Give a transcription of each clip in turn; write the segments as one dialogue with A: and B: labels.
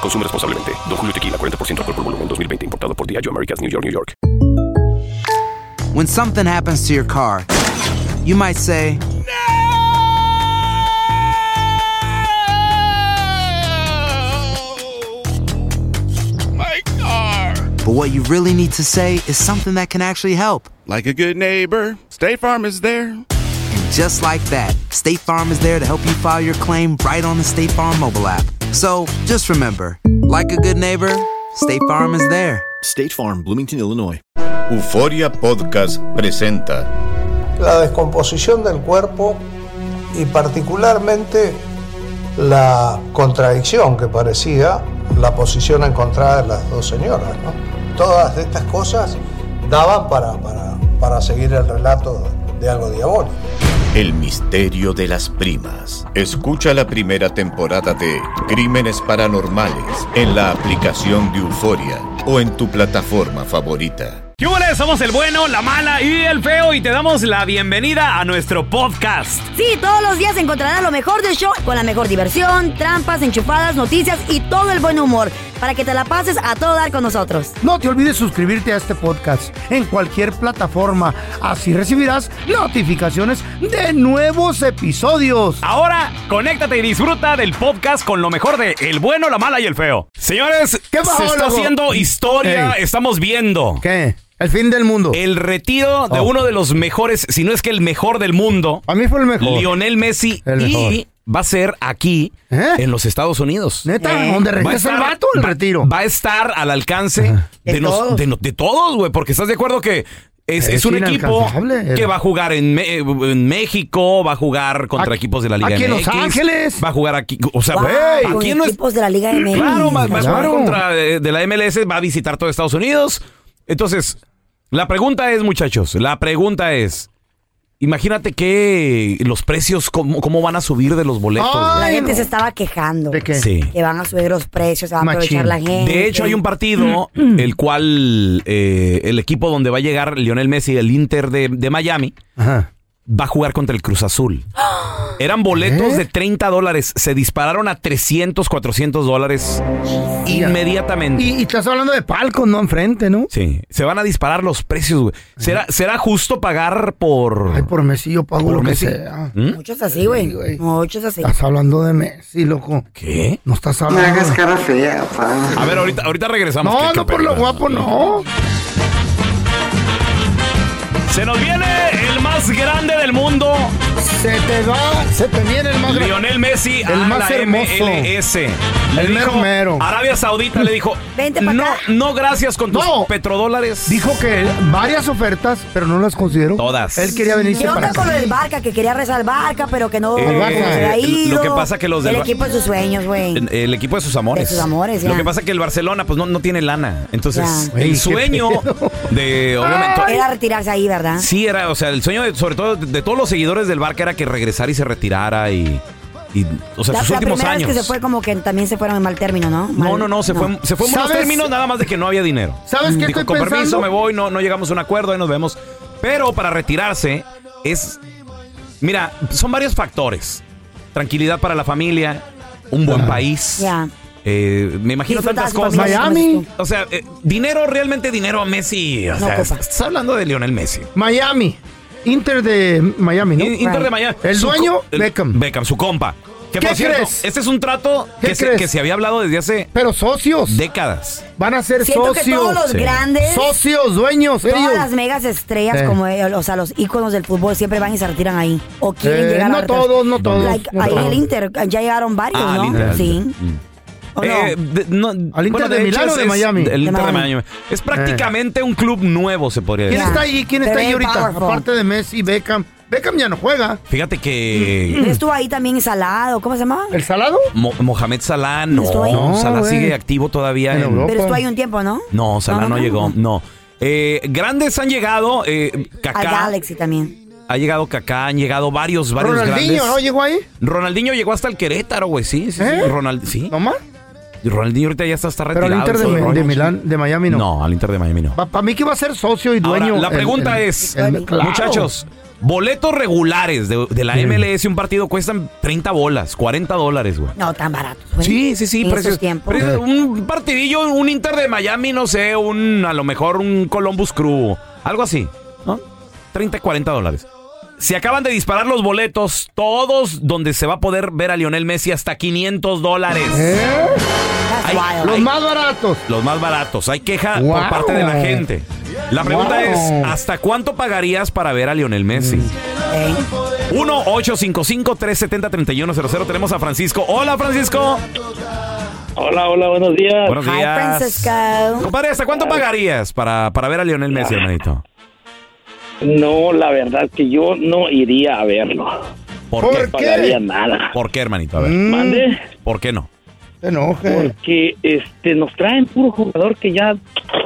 A: Consume responsablemente. Don Julio Tequila, 40% alcohol por volumen, 2020. Importado por Diageo Americas, New York, New York.
B: When something happens to your car, you might say,
C: My car!
B: but what you really need to say is something that can actually help.
C: Like a good neighbor, State Farm is there.
B: And just like that, State Farm is there to help you file your claim right on the State Farm mobile app. So just remember, like a good neighbor, State Farm is there.
D: State Farm, Bloomington, Illinois.
E: Euforia Podcast presenta
F: la descomposición del cuerpo y particularmente la contradicción que parecía la posición encontrada de las dos señoras. ¿no? Todas estas cosas daban para, para- para seguir el relato de algo diabólico.
E: El misterio de las primas. Escucha la primera temporada de Crímenes Paranormales en la aplicación de Euforia o en tu plataforma favorita.
G: ¿Qué hubo, le? Somos el bueno, la mala y el feo y te damos la bienvenida a nuestro podcast.
H: Sí, todos los días encontrarás lo mejor del show con la mejor diversión, trampas, enchufadas, noticias y todo el buen humor para que te la pases a todo dar con nosotros.
I: No te olvides suscribirte a este podcast en cualquier plataforma. Así recibirás notificaciones de nuevos episodios.
G: Ahora, conéctate y disfruta del podcast con lo mejor de El bueno, la mala y el feo. Señores,
I: ¿Qué pasó,
G: se está
I: loco?
G: haciendo historia,
I: Ey.
G: estamos viendo.
I: ¿Qué? El fin del mundo.
G: El retiro de
I: Oh.
G: uno de los mejores, si no es que el mejor del mundo,
I: A mí fue el mejor.
G: Lionel Messi,
I: El mejor.
G: y va a ser aquí
I: ¿Eh?
G: en los Estados Unidos.
I: Neta,
H: ¿Eh?
I: donde
G: Va a
I: regresa el
G: estar-
I: vato el
G: va-
I: retiro.
G: Va a estar al alcance de,
H: De
G: nos-
H: todos.
G: de no- de todos, güey, porque estás de acuerdo que
I: Es
G: es, es un equipo
I: inalcanzable.
G: que va a jugar en, Me- eh, en México, va a jugar contra
I: Aquí-
G: equipos de la Liga
I: aquí en Los
G: MX,
I: Ángeles.
G: Va a jugar aquí, o sea,
H: Wow,
G: güey,
H: con
G: aquí en los-
H: equipos de la Liga MX.
G: Claro, va, va a jugar
I: Claro.
G: contra eh, de la MLS, va a visitar todo Estados Unidos. Entonces, la pregunta es, muchachos, la pregunta es, imagínate que los precios, cómo, cómo van a subir de los boletos.
I: Ah,
H: La
I: Ay,
H: gente
I: no.
H: se estaba quejando.
I: ¿De qué?
G: Sí.
H: Que van a subir los precios, se va a aprovechar
I: Machín.
H: la gente.
G: De hecho, hay un partido, el cual eh, el equipo donde va a llegar Lionel Messi, el Inter de, de Miami,
I: Ajá.
G: va a jugar contra el Cruz Azul. Eran
I: ¿Eh?
G: boletos de 30 dólares, se dispararon a 300, 400 dólares inmediatamente.
I: Y, y estás hablando de palcos, no enfrente, ¿no?
G: Sí, se van a disparar los precios, güey. ¿Será, ¿Será justo pagar por...? ¿Mm?
I: Ay, por Messi yo pago
G: Por
I: lo que
G: Messi.
I: sea.
H: Muchos así, güey.
I: Sí, güey.
H: Muchos así.
I: Estás hablando de Messi, loco.
G: ¿Qué?
I: No estás hablando.
G: A ver, ahorita, ahorita regresamos.
I: No,
G: ¿Qué- qué
I: no por
G: pedo?
I: lo guapo, no.
G: Se nos viene el más grande del mundo,
I: Se te va, se te viene el más grande.
G: Lionel Messi, a
I: El más
G: la E.
I: hermoso.
G: MLS. Le
I: El
G: dijo,
I: mero mero.
G: Arabia Saudita le dijo,
H: Vente pa'
G: no,
H: acá".
G: no gracias con tus
I: No.
G: petrodólares.
I: Dijo que varias ofertas, pero no las consideró.
G: Todas.
I: Él quería venirse
H: ¿Qué
I: para
H: onda
I: acá.
H: con lo del Barca? Que quería rezar al Barca, pero que no
G: Eh,
H: no se ha ido.
G: lo que pasa que los del
H: El
G: Bar-
H: equipo de sus sueños, güey.
G: El, el equipo de sus amores.
H: De sus amores,
G: Lo
H: ya.
G: que pasa es que el Barcelona pues no, no tiene lana. Entonces,
I: Ya. Ey,
G: el
I: qué
G: sueño
I: pedo.
G: de... obviamente,
H: Era retirarse ahí, ¿verdad?
G: Sí, era, o sea, el sueño de, sobre todo de, de todos los seguidores del Barca era que regresara y se retirara y, y, o sea,
H: la,
G: sus
H: la
G: últimos
H: primera
G: años.
H: vez que se fue como que también se fueron en mal término, ¿no?
G: no,
H: Mal-
G: no, no, se fue, se fue en buenos
I: ¿Sabes?
G: términos nada más de que no había dinero.
I: ¿Sabes qué
G: Dijo,
I: estoy
G: con permiso,
I: pensando?
G: me voy, no, no llegamos a un acuerdo, ahí nos vemos. Pero para retirarse es, mira, son varios factores. Tranquilidad para la familia, un buen país.
H: Ya.
G: eh, me imagino
H: Disfrutar
G: tantas
H: su
G: cosas.
H: familia, como
I: Miami.
H: dices
G: O sea, eh, dinero, realmente dinero, Messi. O
H: No
G: sea,
H: ocupa.
G: estás hablando de Lionel Messi.
I: Miami. Inter de Miami, ¿no?
G: In- Inter de
H: Right.
G: Miami.
I: El
G: Su
I: dueño,
G: co- el-
I: Beckham.
G: Beckham, su compa. Que,
I: ¿Qué
G: por cierto,
I: crees?
G: este es un trato
I: ¿Qué
G: que se,
I: crees?
G: que se había hablado desde hace...
I: Pero socios.
G: Décadas.
I: Van a ser
H: Siento
I: socios.
H: que todos los
G: Sí.
H: grandes.
I: Socios, dueños,
H: Todas
I: ellos.
H: las megas estrellas,
I: Sí.
H: como el- o sea, los íconos del fútbol, siempre van y se retiran ahí. O quieren
I: Eh,
H: llegar a
I: no
H: retirarse.
I: todos, no todos,
H: Like,
I: no
H: ahí
I: todos.
H: el Inter, ya llegaron varios,
G: Ah,
H: ¿no?
G: al Inter. Mm.
H: Sí. ¿O no?
G: Eh, de- no,
I: ¿Al Inter de
G: hecho,
I: Milán o de
G: es-
I: Miami?
G: El Inter
H: Miami.
G: de Miami. Es prácticamente un club nuevo, se podría
I: ¿Quién
G: decir.
I: está ahí? ¿Quién
H: Pero
I: está ahí
H: es
I: ahorita?
H: powerful.
I: Aparte de Messi, Beckham. Beckham ya no juega.
G: Fíjate que
H: Estuvo ahí también Salado, ¿cómo se llamaba?
I: ¿El salado?
G: Mo- Mohamed Salah no,
H: Estuvo ahí.
I: No,
G: Salah
I: güey.
G: sigue activo todavía
I: En
G: en,
I: Europa.
H: Pero estuvo ahí un tiempo, ¿no?
G: No, Salah no, llegó, no. Eh, grandes han llegado, eh,
H: Al
G: Kaká,
H: Galaxy también.
G: ha llegado Kaká, han llegado varios, varios
I: Ronaldinho, ¿no
G: grandes.
I: llegó ahí?
G: Ronaldinho llegó hasta el Querétaro, güey, sí, sí, sí.
I: ¿Eh?
G: Ronald- sí.
I: ¿No más?
G: Ronaldinho ahorita ya está, está
I: Pero
G: retirado.
I: al Inter
G: todo el
I: de,
G: rollo.
I: de Milán, de Miami no.
G: No, al Inter de Miami no.
I: Para mí que va a ser socio y
G: Ahora,
I: dueño.
G: la
I: el-
G: pregunta
I: el-
G: es,
I: el- claro.
G: muchachos, boletos regulares de, de la MLS, un partido cuestan 30 bolas, 40 dólares, güey.
H: No, tan barato. güey.
G: Sí, sí, sí,
H: En esos
G: precios-
H: tiempos.
G: precios- un partidillo, un Inter de Miami, no sé, un a lo mejor un Columbus Crew, algo así, ¿no? 30, 40 dólares. Se acaban de disparar los boletos, todos donde se va a poder ver a Lionel Messi hasta 500 dólares.
I: ¿Eh?
H: That's wild.
I: Los más baratos.
G: Los más baratos. Hay queja
I: Wow.
G: por parte de la gente. La pregunta
I: Wow. Mm.
G: es, ¿hasta cuánto pagarías para ver a Lionel Messi?
H: Eh,
G: 1-855-370-3100. Tenemos a Francisco. Hola, Francisco.
J: Hola, hola, buenos días.
G: Buenos
H: Hi,
G: días.
H: Francisco.
G: Compadre, ¿hasta cuánto pagarías para, para ver a Lionel Messi, hermanito?
J: No, la verdad es que yo no iría a verlo.
G: ¿Por,
I: ¿Por
G: qué?
I: qué? Mm.
J: Pagaría nada.
G: ¿Por qué, hermanito? A ver,
J: ¿Mande?
G: ¿por qué no?
I: Te enoje.
J: Porque este, nos traen puro jugador que ya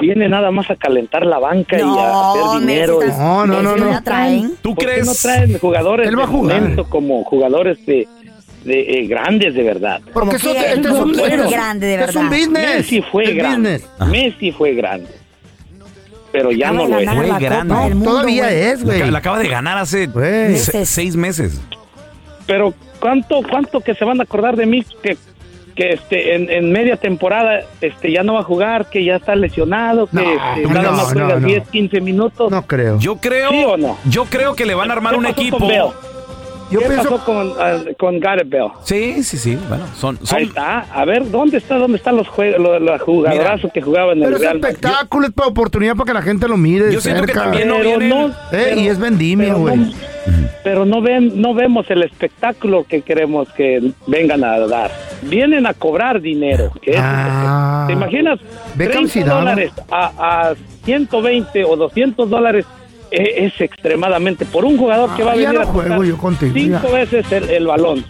J: viene nada más a calentar la banca y a
H: No,
J: hacer
H: Messi
J: dinero.
H: está-
I: No, no, no,
H: Messi
I: no.
H: la traen.
G: ¿Tú
J: ¿Por qué
G: crees?
J: no traen jugadores
I: Él va a
J: de
I: jugar.
J: momento como jugadores de, de, eh, grandes de verdad?
H: Como
I: Porque eso
H: quiera,
I: te- este es
H: como
I: un
H: quiera,
I: este es-
H: grande, de
I: este es un
H: verdad.
I: business.
J: Messi fue
I: Es
J: grande.
I: business.
G: Ah.
J: Messi fue grande. Pero ya
H: Acaba
J: no
H: de
J: lo es.
H: ganar
G: Güey,
H: la Copa
G: grande.
H: del
G: No,
H: Mundo,
I: Todavía
H: güey.
I: es,
G: La,
I: güey.
G: la acaba de ganar hace
I: Güey.
G: se- seis meses.
J: Pero ¿cuánto, cuánto que se van a acordar de mí que, que este, en, en media temporada este, ya no va a jugar, que ya está lesionado, que
I: No,
G: Eh,
J: este,
I: no,
J: nada más juega
I: no, no.
J: 10, 15 minutos?
I: No creo.
G: Yo creo,
J: ¿Sí o no?
G: yo creo que le van a armar
J: ¿Qué
G: un
J: pasó con
G: equipo.
J: Bell?
I: Yo
J: ¿Qué
I: pienso-
J: pasó con, ah, con Gareth Bell?
G: Sí, sí, sí. Bueno, son,
J: Ahí
G: son
J: está. A ver, ¿dónde está dónde están los, jue- lo- los jugadorazos que jugaban en
I: Pero
J: el
I: es
J: Real Madrid?
I: espectáculo, es para oportunidad para que la gente lo mire de
G: Yo siento que
I: cerca.
G: también no
J: Pero
G: vienen-
J: no,
I: Eh, y es vendimia,
J: pero
I: güey.
J: no- pero no ven, no vemos el espectáculo que queremos que vengan a dar. Vienen a cobrar dinero. que es-
I: Ah.
J: ¿Te imaginas?
I: Ve
J: 30
I: causidad, ¿no?
J: dólares a, a 120 o 200 dólares eh, es, extremadamente por un jugador que va a
I: Ah, ya
J: venir
I: no
J: a tocar
I: juego yo
H: Este,
I: contigo,
J: cinco
I: ya.
J: veces el, el balón.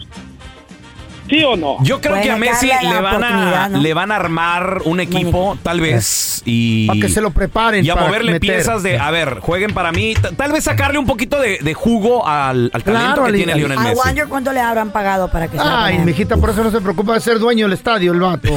J: ¿Sí o no?
G: Yo creo
H: Bueno,
G: que a Messi
H: darle la
G: le van a,
H: oportunidad, ¿no?
G: le van a armar un equipo, tal vez, y...
I: Para que se lo preparen.
G: Y a
I: para
G: moverle
I: meter.
G: piezas de, a ver, jueguen para mí. ta- Tal vez sacarle un poquito de, de jugo al, al talento
I: Claro,
G: que
I: al-
G: tiene
I: al-
G: Lionel
H: I
G: Messi.
H: wonder cuánto le habrán pagado para que se la
I: Ay,
H: traen.
I: mijita, por eso no se preocupa de ser dueño del estadio, el vato.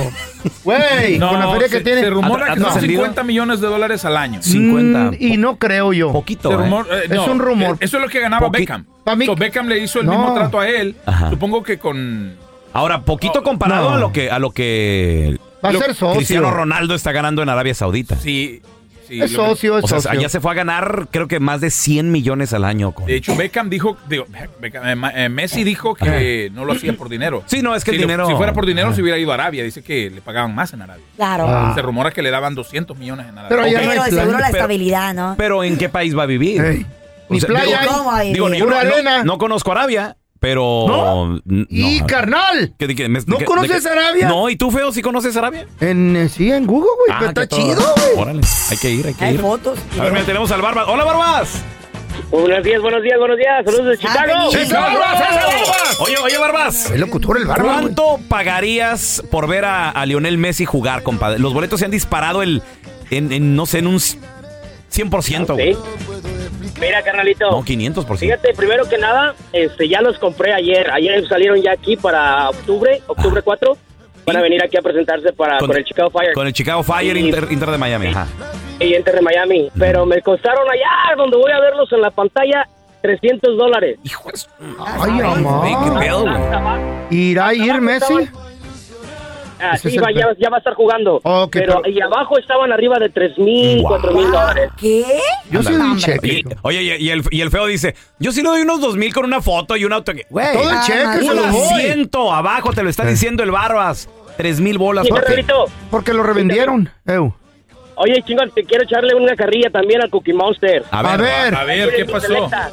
I: Güey, con la feria que tiene.
K: Se rumora
G: ¿Ha- ha
K: que son
G: trascendido?
K: 50 millones de dólares al año.
G: 50.
I: Mm, y no creo yo.
G: poquito,
K: Se
G: ¿eh?
K: rumor- eh,
I: Es un rumor.
K: eh, Eso es lo que ganaba
G: Poqui-
K: Beckham.
I: Pa' mí-
K: So, Beckham le hizo el
I: No.
K: mismo trato a él.
G: Ajá.
K: Supongo que con.
G: Ahora, poquito comparado
I: no.
G: a lo que a lo que
I: Va a
G: lo-
I: ser socio.
G: Cristiano Ronaldo está ganando en Arabia Saudita.
K: Sí. sí,
I: Es
K: lo que-
I: socio, es
G: O sea,
I: socio.
G: allá se fue a ganar, creo que más de 100 millones al año. con-
K: De hecho, Beckham dijo. digo, Beckham, eh, Ma- eh, Messi dijo que no lo hacía por dinero.
G: Sí, no, es que
K: si
G: el
K: lo-
G: dinero-
K: si fuera por dinero, se hubiera ido a Arabia. Dice que le pagaban más en Arabia.
H: Claro.
I: Ah.
K: Se rumora que le daban 200 millones en Arabia.
I: Pero allá
H: Pero
I: no hay
H: de
I: plan.
H: seguro la
G: Pero-
H: estabilidad, ¿no?
G: Pero ¿en qué país va a vivir?
I: Ey,
G: O
I: ni
G: sea,
I: playa
G: digo-
I: hay.
H: ¿Cómo hay?
G: Digo, yo
I: Pura
G: no, no-
I: arena.
G: no conozco Arabia, pero
I: ¿No?
G: N-
I: Y
G: no.
I: carnal.
G: ¿Qué- de qué- me-
I: ¿No
G: de qué-
I: conoces
G: de qué-
I: Arabia?
G: No, ¿y tú, feo, sí conoces Arabia?
I: En, eh, sí, en Google, güey.
G: Ah,
I: pero
G: que
I: está
G: todo.
I: chido, güey.
G: Órale, hay que ir, hay que
H: Hay
G: ir.
H: fotos. Ah,
G: A ver, mira, tenemos al Barbas. ¡Hola, Barbas!
J: Buenos días, buenos días, buenos días. Saludos de
H: Ah, Chicago.
G: ¡Ese Barbas, ese Barbas! Oye, oye, Barbas.
I: El locutor, el barba, güey.
G: ¿Cuánto pagarías por ver a, a Lionel Messi jugar, compadre? Los boletos se han disparado el, en, en, no sé, en un 100%, güey.
J: Mira, carnalito.
G: No, 500%.
J: Fíjate, primero que nada, este, ya los compré ayer. Ayer salieron ya aquí para octubre, octubre 4. Van a venir aquí a presentarse para, con, el Chicago Fire
G: Con el Chicago Fire,
J: Sí.
G: Inter, Inter de Miami. Ajá.
J: y Inter de Miami. Pero me costaron allá, donde voy a verlos en la pantalla, 300 dólares.
G: Hijo de su-
I: Ay,
G: Güey,
I: amor.
G: ¿Qué pedo, güey?
I: ¿Irá a ir Messi?
L: Ah,
I: Ese
L: sí,
I: es
L: va,
I: el
L: ya,
I: pe- Oh,
L: ya va a estar jugando.
I: Ok,
L: pero,
I: pero-
L: y abajo estaban arriba de tres mil, cuatro mil dólares.
H: ¿Qué?
I: Yo soy un
G: Oye, oye, y, y el, y el feo dice, yo sí le doy unos dos mil con una foto y un auto.
I: Güey, Todo el cheque se
G: un
I: lo doy.
G: asiento abajo, te lo está diciendo el Barbas. Tres mil bolas.
L: Sí,
G: papi.
L: Raulito.
I: Porque lo revendieron. Eu.
L: Oye, chingón, te quiero echarle una carrilla también al Cookie Monster.
G: A ver, A ver.
K: a ver, ¿qué pasó?
L: Selecta.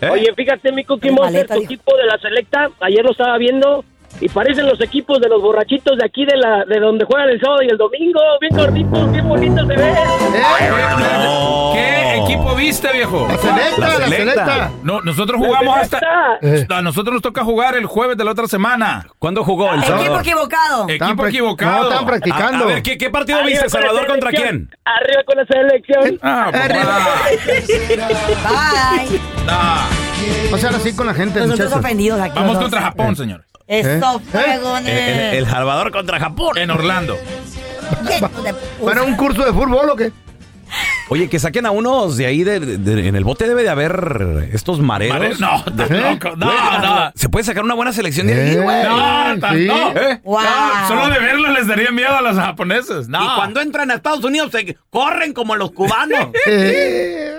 K: ¿Eh?
L: Oye, fíjate, mi Cookie
H: El
L: Monster,
H: maleta,
L: tu
H: dijo.
L: equipo de la selecta, ayer lo estaba viendo, y parecen los equipos de los borrachitos de aquí, de la de donde juegan el sábado y el domingo, bien gorditos, bien bonitos se ven.
G: ¿Eh?
K: ¿Qué equipo viste, viejo? La
I: selecta, La la selecta. selecta. Eh.
K: No, nosotros jugamos
L: La
K: hasta... A nosotros nos toca jugar el jueves de la otra semana.
G: ¿Cuándo jugó el
H: Equipo equivocado.
K: Equipo equivocado.
I: no, están practicando.
G: A, a ver, ¿qué, qué partido
L: Arriba
G: viste?
L: con la
G: ¿Salvador contra
L: selección.
G: quién?
L: Arriba con la selección.
K: Ah,
I: Eh,
K: papá.
H: Bye.
K: Nah.
I: eh, O sea, así con la gente,
H: Nosotros
I: muchachos.
H: ofendidos aquí.
K: Vamos
H: los
K: contra
H: dos.
K: Japón, señores.
I: ¿Eh?
H: Eso,
G: El,
K: ¿Eh?
G: el-
H: fregones.
G: el Salvador contra Japón.
K: En Orlando.
H: Llenos de-
I: ¿Para un curso de fútbol o qué?
G: Oye, que saquen a unos de ahí, de, de- de- en el bote debe de haber estos mareros.
K: Mare- No, estás
I: ¿Eh?
K: loco. No,
G: Güey,
K: no.
G: Se puede sacar una buena selección de ahí,
I: Eh.
G: güey.
K: No, tan-
I: Sí.
K: no.
G: ¿Eh?
H: Wow.
K: No, Solo de verlo les daría miedo a los japoneses. No.
G: entran a Estados Unidos se corren como los cubanos.
I: Eh.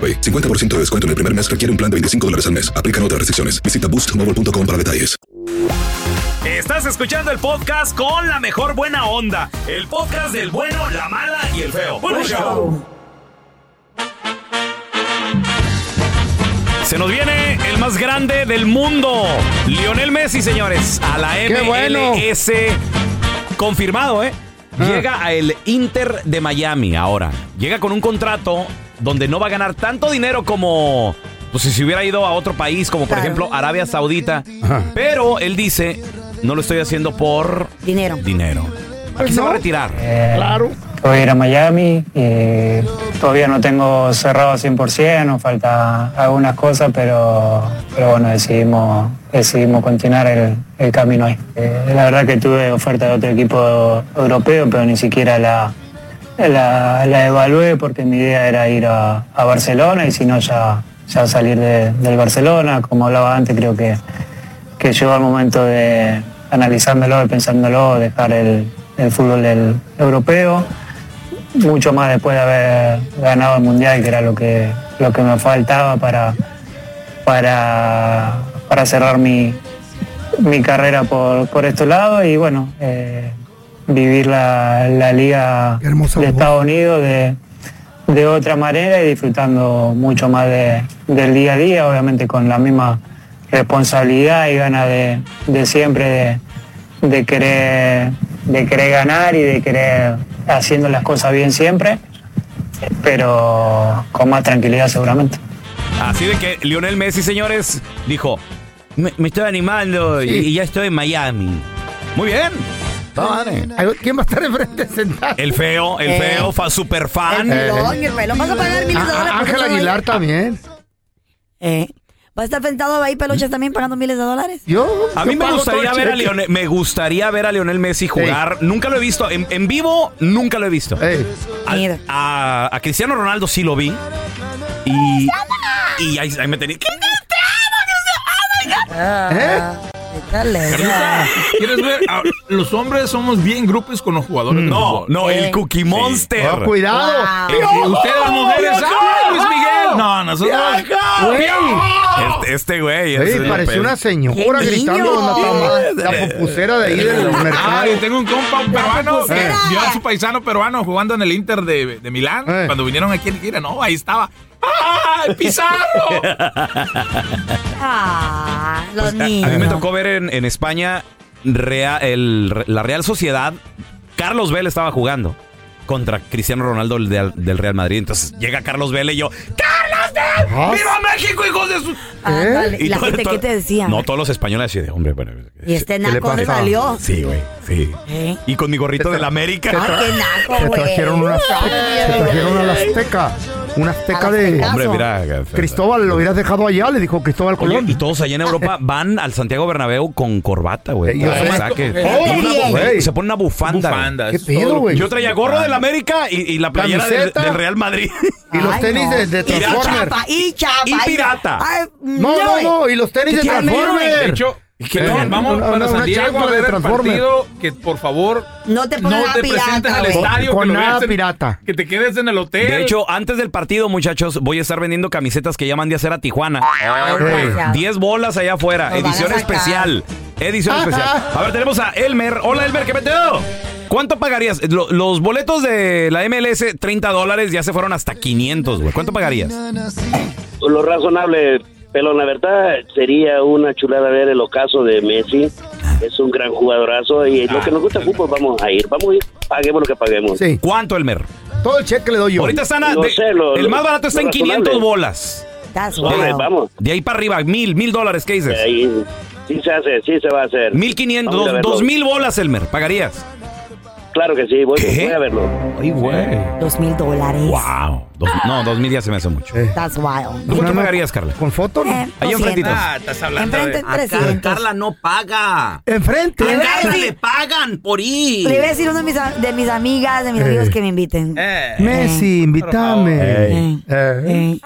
M: 50% de descuento en el primer mes requiere un plan de 25 dólares al mes. Aplican otras restricciones. Visita boostmobile.com para detalles.
G: Estás escuchando el podcast con la mejor buena onda. El podcast del bueno, la mala y el feo. Buen show. Se nos viene el más grande del mundo, Lionel Messi, señores, a la
I: ¡Qué bueno!
G: MLS. Confirmado, ¿eh? Llega a el Inter de Miami ahora. Llega con un contrato donde no va a ganar tanto dinero como pues, si se hubiera ido a otro país, como por
H: Claro.
G: ejemplo Arabia Saudita. Pero él dice, no lo estoy haciendo por
H: Dinero.
G: dinero. Aquí se va a retirar.
I: Claro.
N: Voy a ir a Miami y todavía no tengo cerrado 100%, nos falta algunas cosas, pero, pero bueno, decidimos, decidimos continuar el, el camino ahí. Eh, la verdad que tuve oferta de otro equipo europeo, pero ni siquiera la, la, la evalué porque mi idea era ir a, a Barcelona y si no ya, ya salir de- del Barcelona. Como hablaba antes, creo que, que llegó el momento de analizándolo y pensándolo, dejar el, el fútbol del europeo, mucho más después de haber ganado el Mundial, que era lo que, lo que me faltaba para, para, para cerrar mi, mi carrera por, por este lado y bueno, eh, vivir la, la liga
I: Qué hermosa
N: de
I: voz.
N: Estados Unidos de, de otra manera y disfrutando mucho más de- del día a día, obviamente con la misma responsabilidad y ganas de, de siempre de, de querer, de querer ganar y de querer haciendo las cosas bien siempre, pero con más tranquilidad seguramente.
G: Así de que Lionel Messi, señores, dijo, me, me estoy animando y-
I: Sí.
G: y ya estoy en Miami. Muy bien.
I: Ay, ¿Quién va a estar enfrente Eh. sentado?
G: El feo, el
H: Eh.
G: feo, fa, super fan.
H: El pelón, el pelón. Vas a pagar miles de
I: Ah,
H: dólares.
I: ah,
H: por
I: Ángel
H: eso,
I: Aguilar también.
H: Eh, Va a estar sentado ahí peluches también pagando miles de dólares.
I: Yo.
G: A mí me gustaría, ver a Lionel, me gustaría ver a Lionel Messi jugar. Nunca lo he visto. En, en vivo, nunca lo he visto. Al- a, a Cristiano Ronaldo sí lo vi. Y, y ahí, ahí me tenía.
I: ¿Eh?
K: Carlita, ¿Quieres ver? Ah, los hombres somos bien grupos con los jugadores.
G: No, no, el Cookie Monster.
K: Oh,
I: cuidado.
K: Eh, Ustedes las mujeres,
I: ¡Viejo!
K: ¡ay, Luis Miguel! No, nosotros...
I: ¡Viejo!
K: Güey.
G: Este- Este
I: Ey,
G: güey. es el
I: parecía
G: pedo.
I: una señora
G: Qué
I: gritando
G: niño.
I: la, la
G: Eh,
I: pupusera de ahí del mercado.
K: Ay, tengo un compa peruano, eh, vio a su paisano peruano jugando en el Inter de, de Milán.
I: Eh.
K: Cuando vinieron aquí, mira, no, ahí estaba. ¡Ay, Pizarro!
H: Ah, los
G: A-
H: niños.
G: A mí me tocó ver en, en España Rea- el- la Real Sociedad. Carlos Vela estaba jugando contra Cristiano Ronaldo el de- del Real Madrid. Entonces llega Carlos Vela y yo. ¡Carlos Vela! ¡Viva México, hijos de su!
H: Ándale, ¿Y la
G: todo-
H: gente
G: todo-
H: qué te decía?
G: No, todos los españoles así de hombre, bueno.
H: Y este
G: ¿qué le
H: naco le
G: pasa?
H: salió.
G: Sí, güey, sí.
H: ¿Eh?
G: Y con mi gorrito de la América.
H: Ay, qué naco, güey.
I: trajeron una azteca. Se trajeron a la azteca. Una azteca de.
G: Hombre, mira.
I: Cristóbal, lo hubieras dejado allá, le dijo Cristóbal
G: Oye,
I: Colón.
G: y todos allá en Europa van al Santiago Bernabéu con corbata, güey.
I: yo
G: para que
I: sé.
G: saques.
I: Oh,
G: Y una-
I: bien.
G: güey, se pone una bufanda.
I: ¿Qué
G: es todo
I: pedo,
G: lo que-
I: güey?
G: Yo traía gorro del América y, y la playera del,
I: Camiseta.
G: del Real Madrid.
I: Y los
G: Ay,
I: tenis
G: no.
I: de, de
G: Y la
I: Transformer.
G: chapa, y chapa, y- Ay,
I: no, no, no. Y los tenis de Transformer.
K: De hecho, que
I: Eh,
K: no, vamos
I: una-
K: para
I: una-
K: San
I: una
K: Diego
I: chancla
K: a
I: de
K: ver el
I: Transformer.
K: partido que por favor
H: no te,
K: no te presentes al estadio
I: Con
K: que lo
I: nada
K: veas en-
I: pirata.
K: que te quedes en el hotel.
G: De hecho, antes del partido, muchachos, voy a estar vendiendo camisetas que ya mandé a hacer a Tijuana.
K: güey.
G: 10 bolas allá afuera.
K: Nos van a
G: Edición
K: sacar.
G: especial. Edición
K: Ajá.
G: especial. A ver, tenemos a Elmer. Hola, Elmer, ¿qué peteo? ¿Cuánto pagarías? Lo- los boletos de la MLS, 30 dólares, ya se fueron hasta 500, güey. ¿Cuánto pagarías?
O: Lo razonable, pero la verdad sería una chulada ver el ocaso de Messi. Es un gran jugadorazo y lo que nos gusta el fútbol vamos a ir, vamos a ir, paguemos lo que paguemos.
G: ¿Cuánto, Elmer?
I: Todo el cheque le doy yo.
G: Ahorita están a-
O: No
G: de-
O: sé, lo-
G: el
O: lo-
G: más barato está
O: lo
G: en 500
O: razonable.
G: bolas.
O: Hombre, vamos.
G: De ahí para arriba, mil, mil dólares, ¿qué dices?
O: Ahí, sí se hace, sí se va a hacer.
G: 1500,
O: Vamos a
G: dos,
O: verlo.
G: dos mil bolas, Elmer, ¿pagarías?
O: Claro que sí, voy, voy a verlo.
G: Ay, güey.
H: Dos mil dólares.
G: Wow. Dos- no, dos mil ya se me hace mucho.
H: That's wild.
G: ¿Tú ¿Cuánto pagarías, Carla?
I: ¿Con foto?
H: Eh,
G: Ahí
H: 200.
G: enfrentitos.
H: Ah,
K: estás
H: hablando Enfrente de- 300.
P: Carla no paga.
I: Enfrente.
P: A
H: Le voy a
P: Carla
H: decir-
P: le pagan por ir.
H: Le voy a decir a uno de mis, a- de mis amigas, de mis
I: Eh.
H: amigos que me inviten.
P: Eh.
H: Eh,
I: Messi, invítame.
H: Ey.
I: Eh.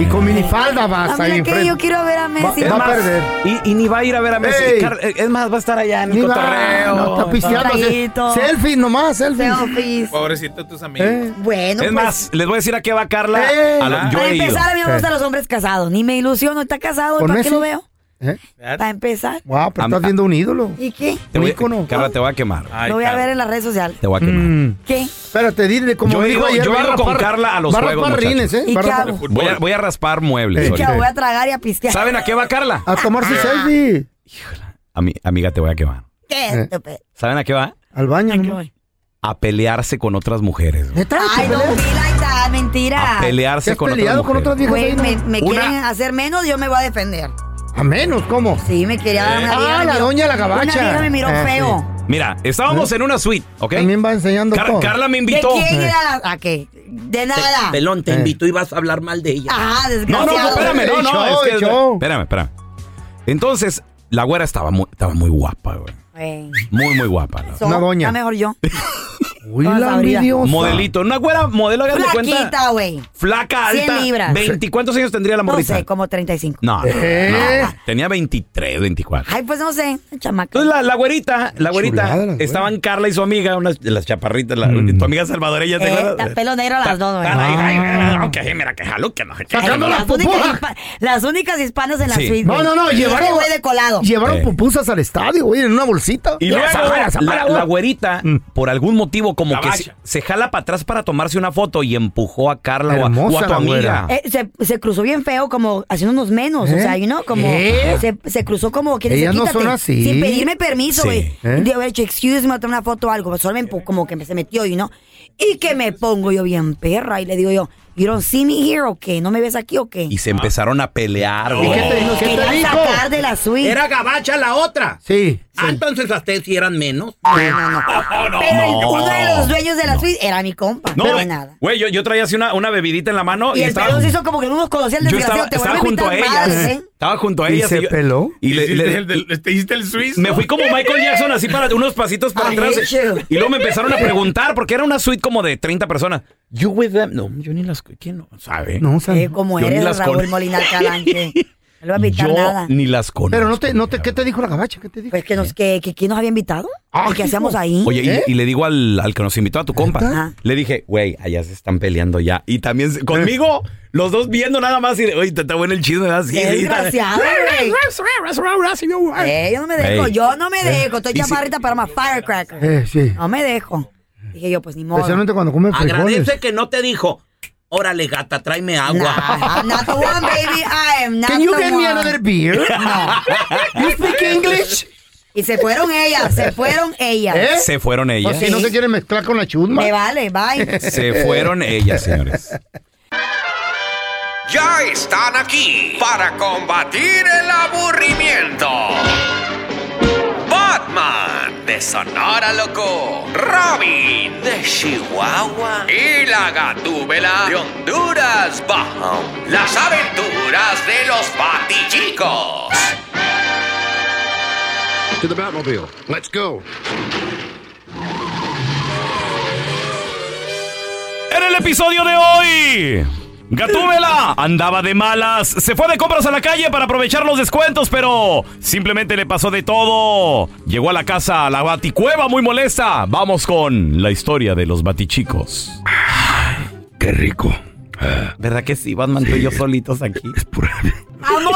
I: Y con minifalda vas ahí
H: Ándale, que
I: enfrente.
H: yo quiero ver a Messi.
I: va a perder.
G: Y, y ni va a ir a ver a Messi.
I: Ey.
G: Car- es más, va a estar allá en el
I: Ni va,
G: cotorreo.
I: no, está pisteando.
H: Un
I: se-
H: traguito.
I: Selfies nomás, selfies.
H: Selfies.
K: Pobrecito tus amigos.
I: Eh.
H: Bueno,
G: es
H: pues,
G: más, les voy a decir a qué va Carla. A
I: Ah.
G: lo- yo
H: para
G: he ido.
H: empezar, a mí no me gustan los hombres casados. Ni me ilusiono, está casado, ¿y
I: ¿Con
H: ¿para qué
I: Messi?
H: lo veo?
I: ¿Eh?
H: Para empezar.
I: Wow, pero estás viendo un ídolo.
H: ¿Y qué?
G: Te voy a-
I: Ah.
G: Carla, te voy a quemar.
H: lo voy a ver en las redes sociales.
G: Te voy a quemar.
H: ¿Qué?
I: Espérate, dile Mm. como
G: Yo he
I: dijo
G: ido,
I: ayer.
G: yo he
I: va
G: ido con
I: rapar-
G: Carla a los
I: va
G: juegos.
I: rapar
G: muchachos.
I: rines, ¿eh?
H: ¿Y
I: Va
H: qué
I: rapar-
H: hago?
G: Voy a, voy a raspar muebles.
I: Eh,
H: ¿Y qué
G: ahorita.
H: voy a tragar y a pistear?
G: ¿Saben a qué va Carla?
I: A tomar su selfie.
G: Ami- amiga, te voy a quemar.
I: Eh,
H: ¿Qué?
G: ¿Saben a qué va?
I: Al baño. ¿no?
G: A pelearse con otras mujeres. güey.
H: Ay, no, be like that, mentira.
G: A pelearse con otras mujeres.
H: Güey, me, me
G: Una-
H: quieren hacer menos, yo me voy a defender.
I: A menos, ¿cómo?
H: Sí, me quería dar una
I: Ah,
H: vieja, me
I: la
H: miró-
I: doña la
H: Una
I: gabacha.
H: vieja me miró
I: Ah, ¿Eh?
H: feo.
G: Mira, estábamos en una suite, ¿ok?
I: También va enseñando
G: Car-
I: todo.
G: Carla Ah, me
H: ¿De
G: invitó. Eh.
H: quién era la- ¿A qué? De nada. Ah,
P: Pelón,
I: Eh.
P: te invitó y vas a hablar mal de ella.
H: Ajá,
G: No, no, no,
H: desgraciado.
G: espérame, no, no.
I: Show,
G: es que-
I: show.
G: Espérame, espérame. Entonces, la güera estaba muy, estaba muy guapa, güey.
H: Güey.
G: Muy, muy guapa. la-
H: So, está mejor yo.
I: Uy,
H: No,
I: la
H: sabría.
I: envidiosa.
G: Modelito, una güera modelo, hagan de cuenta.
H: Flaquita, güey.
G: Flaca,
H: 100
G: alta.
H: libras.
G: 20, ¿Cuántos años tendría la
H: No
G: morrita?
H: sé, como 35.
G: No, no,
H: ¿Eh?
G: no. Tenía 23, 24.
H: Ay, pues no sé, chamaca.
G: Entonces la, la güerita, la güerita,
H: Chulada la güera.
G: estaban Carla y su amiga, unas de las chaparritas, la-
I: Mm.
G: tu amiga salvadoreña, ¿te
H: Eh,
G: acuerdas?
H: ta- pelo negro a las dos, güey.
G: Ay, ay, ay, ay, ok, mira, que jalo, que no. que-
H: Ay, las, únicas hispa- las únicas hispanas en la
G: Sí.
H: suite.
I: No,
H: güey.
I: no, no,
H: Y este
I: llevaron,
H: güey de colado.
I: llevaron
G: Eh.
I: pupusas al estadio, güey, en una bolsita.
G: Y luego
I: Zapara,
G: la,
I: zapara,
G: la
I: güey.
G: güerita,
I: Mm.
G: por algún motivo, como que se, se jala para atrás para tomarse una foto y empujó a Carla o a, o a
I: Hermosa
G: tu
I: la
G: amiga.
I: güera.
H: Eh, se, se cruzó bien feo, como haciendo unos menos. O
I: ¿Eh?
H: sea, you know, como.
I: ¿Eh?
H: Se, se cruzó como que.
I: Ellas no
H: quítate,
I: son así.
H: Sin pedirme permiso,
I: Sí.
H: güey.
I: ¿Eh?
H: De haber hecho, excuse me, voy a tomar una foto o algo. Solo me empu- como que me- se metió, you know. Y que me pongo yo bien perra. Y le digo yo, ¿You don't see me here o qué? ¿No me ves aquí o qué?
G: Y se empezaron a pelear. güey.
H: Quería sacar de la suite.
P: Era gabacha la otra.
I: Sí.
P: Ah, entonces hasta si eran menos.
H: no, no. Pero el- uno de los dueños de la suite era mi compa. No,
G: No,
H: pero
G: güey,
H: nada.
G: Güey, yo, yo traía así una, una bebidita en la mano y,
H: y el
G: estaba.
H: pelón se hizo como que no nos conocía el
G: yo
H: desgraciado.
G: estaba,
H: te
G: estaba
H: vuelve a
G: junto a
H: invitar
G: ella.
H: madres, ¿eh?
G: Estaba junto a
I: ¿Y
G: ella.
I: se
G: así yo-
I: peló?
G: Y le, le-
K: Te hiciste el suizo.
G: me fui como Michael Jackson, así para unos pasitos para
K: I
G: atrás.
K: hate you.
G: Y luego me empezaron a preguntar, porque era una suite como de 30 personas. You with them. No, yo ni las. ¿Quién no sabe?
I: No, sabe.
H: Eh, como
G: Yo ni
H: eres,
G: las
H: Raúl
G: con-
H: Molina Calanque. No le va a invitar
G: Yo
H: nada.
G: ni las conozco.
I: Pero no te, no te, ¿qué te dijo la gabacha? ¿Qué te dijo?
H: Pues que, nos, que, que quién nos había invitado. ¿Y qué hacíamos ahí?
G: Oye, y-
H: ¿Eh?
G: y, le digo al, al que nos invitó a tu compa,
H: Ajá.
G: le dije, güey, allá se están peleando ya. Y también se- conmigo,
I: Eh.
G: los dos viendo nada más y de, oye, te está bueno el chisme, ¿verdad? Sí,
H: Qué
G: sí, está-
H: desgraciado, Ah, güey. Eh, yo no me dejo,
G: Ey. Eh,
H: yo no me dejo. Estoy
G: Y si-
H: chaparrita para más firecracker.
I: Eh, sí.
H: No me dejo. Dije yo, pues ni modo. Ah,
I: Especialmente cuando come frijoles.
P: Agradece que no te dijo, órale gata, tráeme agua.
H: I'm not the one, baby. I am not
I: Can you
H: the
I: get me
H: one.
I: another beer?
H: No.
I: You speak English?
H: Y se fueron ellas, se fueron ellas.
I: ¿Eh?
G: Se fueron
I: O
G: ellas.
I: si no se quieren mezclar con la chusma.
H: Me vale, bye.
G: Se fueron ellas, señores.
Q: Ya están aquí para combatir el aburrimiento. Batman de Sonora Loco, Robin de Chihuahua y la Gatúbela de Honduras Bajo. Las aventuras de los Batichicos.
R: To the Batmobile. Let's go.
G: En el episodio de hoy, Gatúbela andaba de malas, se fue de compras a la calle para aprovechar los descuentos, pero simplemente le pasó de todo. Llegó a la casa, a la baticueva muy molesta. Vamos con la historia de los batichicos.
S: Qué rico. Ah,
G: ¿Verdad que sí, Batman, tú y yo solitos aquí?
H: Amor.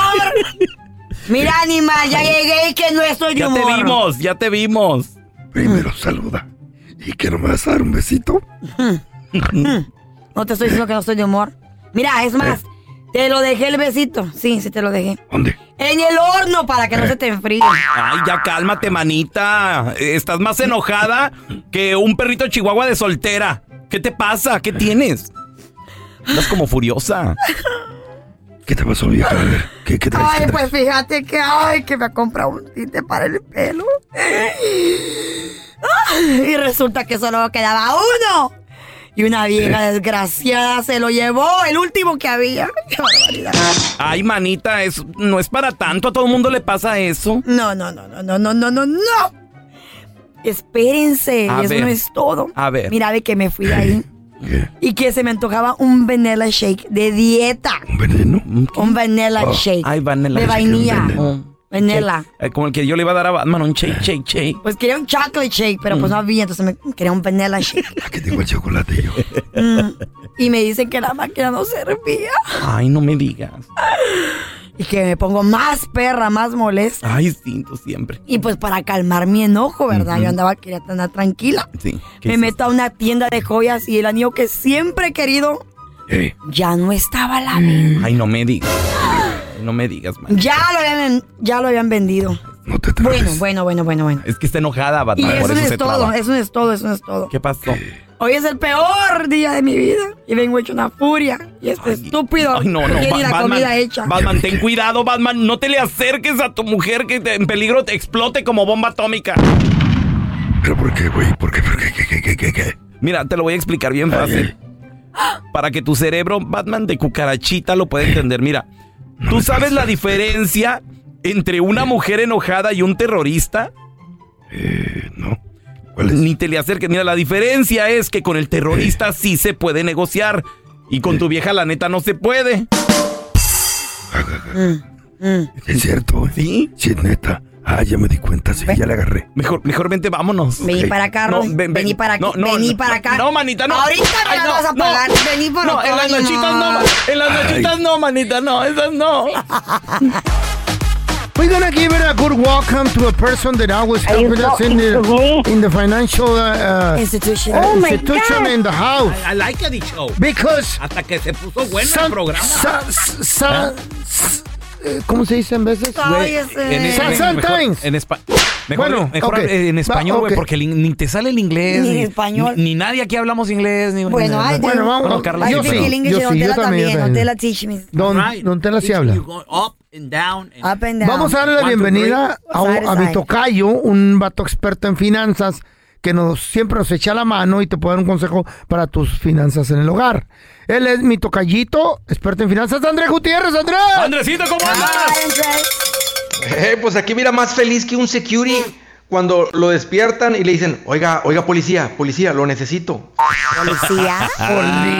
H: Mira, animal, ya llegué y que no estoy de
G: Ya te
H: humor.
G: vimos, ya te vimos.
S: primero saluda. ¿Y que no me vas a dar un besito?
H: Mm. No te estoy diciendo que no estoy de humor. Mira, es
G: Eh.
H: más, te lo dejé el besito. Sí, sí te lo dejé.
S: ¿Dónde?
H: En el horno para
G: Eh.
H: que no se te enfríe.
G: Ay, ya cálmate, manita. Eh, Estás más enojada que un perrito chihuahua de soltera. ¿Qué te pasa? ¿Qué tienes? Estás como furiosa.
S: ¿Qué te pasó, vieja? A ver, ¿qué, qué traes?
H: Ay, pues fíjate que, ay, que me ha comprado un tinte para el pelo. Ay, Y resulta que solo quedaba uno. Y una vieja
G: Eh.
H: desgraciada se lo llevó, el último que había. Qué barbaridad.
G: Ay, manita, es, no es para tanto. A todo el mundo le pasa eso.
H: No, no, no, no, no, no, no, no, no. Espérense,
G: A
H: Eh, eso
G: ver.
H: no es todo.
G: A ver.
H: Mira, ve que me fui de ahí. Y que se me antojaba un vanilla shake de dieta. ¿Un
G: veneno?
H: Un vanilla
G: Oh,
H: shake.
G: ay, vanilla
H: De
G: shake,
H: vainilla.
G: veneno.
H: Vanilla.
G: Eh, Como el que yo le iba a dar a Batman, un shake, shake, shake.
H: Pues quería un chocolate shake, pero
G: Mm.
H: pues no había, entonces me quería un vanilla shake.
S: Que tengo el chocolate yo.
H: Mm. y me dicen que la máquina no servía.
G: Ay, no me digas.
H: Y que me pongo más perra, más molesta.
G: Ay, sí, tú siempre.
H: Y pues para calmar mi enojo, ¿verdad?
G: Ujú.
H: Yo andaba, quería andar tranquila.
G: Sí. ¿qué
H: Me
G: hiciste?
H: meto a una tienda de joyas y el anillo que siempre he querido
G: Eh.
H: ya no estaba a la venta.
G: Ay, no me digas. No me digas, man.
H: Ya lo habían, ya lo habían vendido. bueno, bueno, bueno, bueno, bueno.
G: Es que está enojada,
H: Y
G: Batman.
H: eso
G: Ah, por
H: no
G: eso
H: es
G: se
H: todo,
G: traba.
H: eso no es todo, eso no es todo.
G: ¿Qué pasó?
H: Hoy es el peor día de mi vida y vengo hecho una furia. Y este estúpido
G: Ay, no, no.
H: tiene
G: Ba-
H: la
G: Batman,
H: comida hecha.
G: Batman, ten cuidado, Batman. No te le acerques a tu mujer que te- en peligro te explote como bomba atómica.
S: ¿Pero por qué, güey? ¿Por qué? ¿Por qué? ¿Qué? ¿Qué? ¿Qué? ¿Qué? qué?
G: Mira, te lo voy a explicar bien fácil. Para que tu cerebro, Batman de cucarachita, lo pueda entender. Mira, ¿tú sabes la diferencia entre una mujer enojada y un terrorista?
I: Eh,
G: no. Ni te le acerques. Mira, la diferencia es que con el terrorista sí se puede negociar. Y con tu vieja, la neta, no se puede.
H: Mm,
S: Es cierto, ¿eh?
G: ¿Sí?
S: Sí, neta. Ah, ya me di cuenta, sí, ya la agarré.
G: Mejor, mejor vente, vámonos.
H: Vení para acá,
G: No,
H: Ron.
G: ven, ven.
H: vení para acá,
G: No, no,
H: vení
G: no,
H: para acá.
G: no, manita, no.
H: Ahorita me
G: Ay,
H: la
G: no,
H: vas a
G: no.
H: pagar. Vení por
G: No, en las
H: acá,
G: nochitas no,
H: animal.
G: en las nochitas no, manita, no, esas no.
I: We're gonna give it a good welcome to a person that always
T: Are you
I: helped us in the, in the financial uh, uh,
H: institution,
I: uh,
T: Oh, my
I: institution
T: God.
I: in the house.
P: I like the show.
I: Because
P: Hasta que se puso bueno
I: Some-
G: Ah.
P: el programa.
I: so- so-
P: ¿Eh?
I: s- eh, ¿Cómo se dice en
H: Güey,
I: veces?
H: Cállese. en- en-
I: Sa-
G: en-
I: Sometimes.
G: En espa- mejor,
I: Bueno,
G: mejor
I: ok.
G: eh, en
I: Va,
G: español, güey,
I: ok.
G: porque el in- ni te sale el inglés.
I: Ni el español.
G: Ni, ni nadie aquí hablamos inglés. Ni,
H: Bueno,
G: ni-
H: I do.
G: Bueno, vamos. Bueno, Carla,
H: I
G: sí,
H: speak
G: perdón.
H: English,
I: Yo
H: don
I: sí, yo
H: Tela
I: también,
H: también, don
I: también.
H: Tela teach me.
I: Don, don Tela sí habla.
H: Up and down.
I: Vamos a darle la
H: One, two,
I: bienvenida
H: three.
I: a,
H: Side to
I: a mi
H: side.
I: tocayo, un vato experto en finanzas, que nos siempre nos echa la mano y te puede dar un consejo para tus finanzas en el hogar. Él es mi tocayito, experto en finanzas, Andrés Gutiérrez, Andrés.
G: Andresito, ¿cómo andas?
T: Eh, pues aquí mira más feliz que un security cuando lo despiertan y le dicen, oiga, oiga policía, policía, lo necesito. Eh,
H: Policía.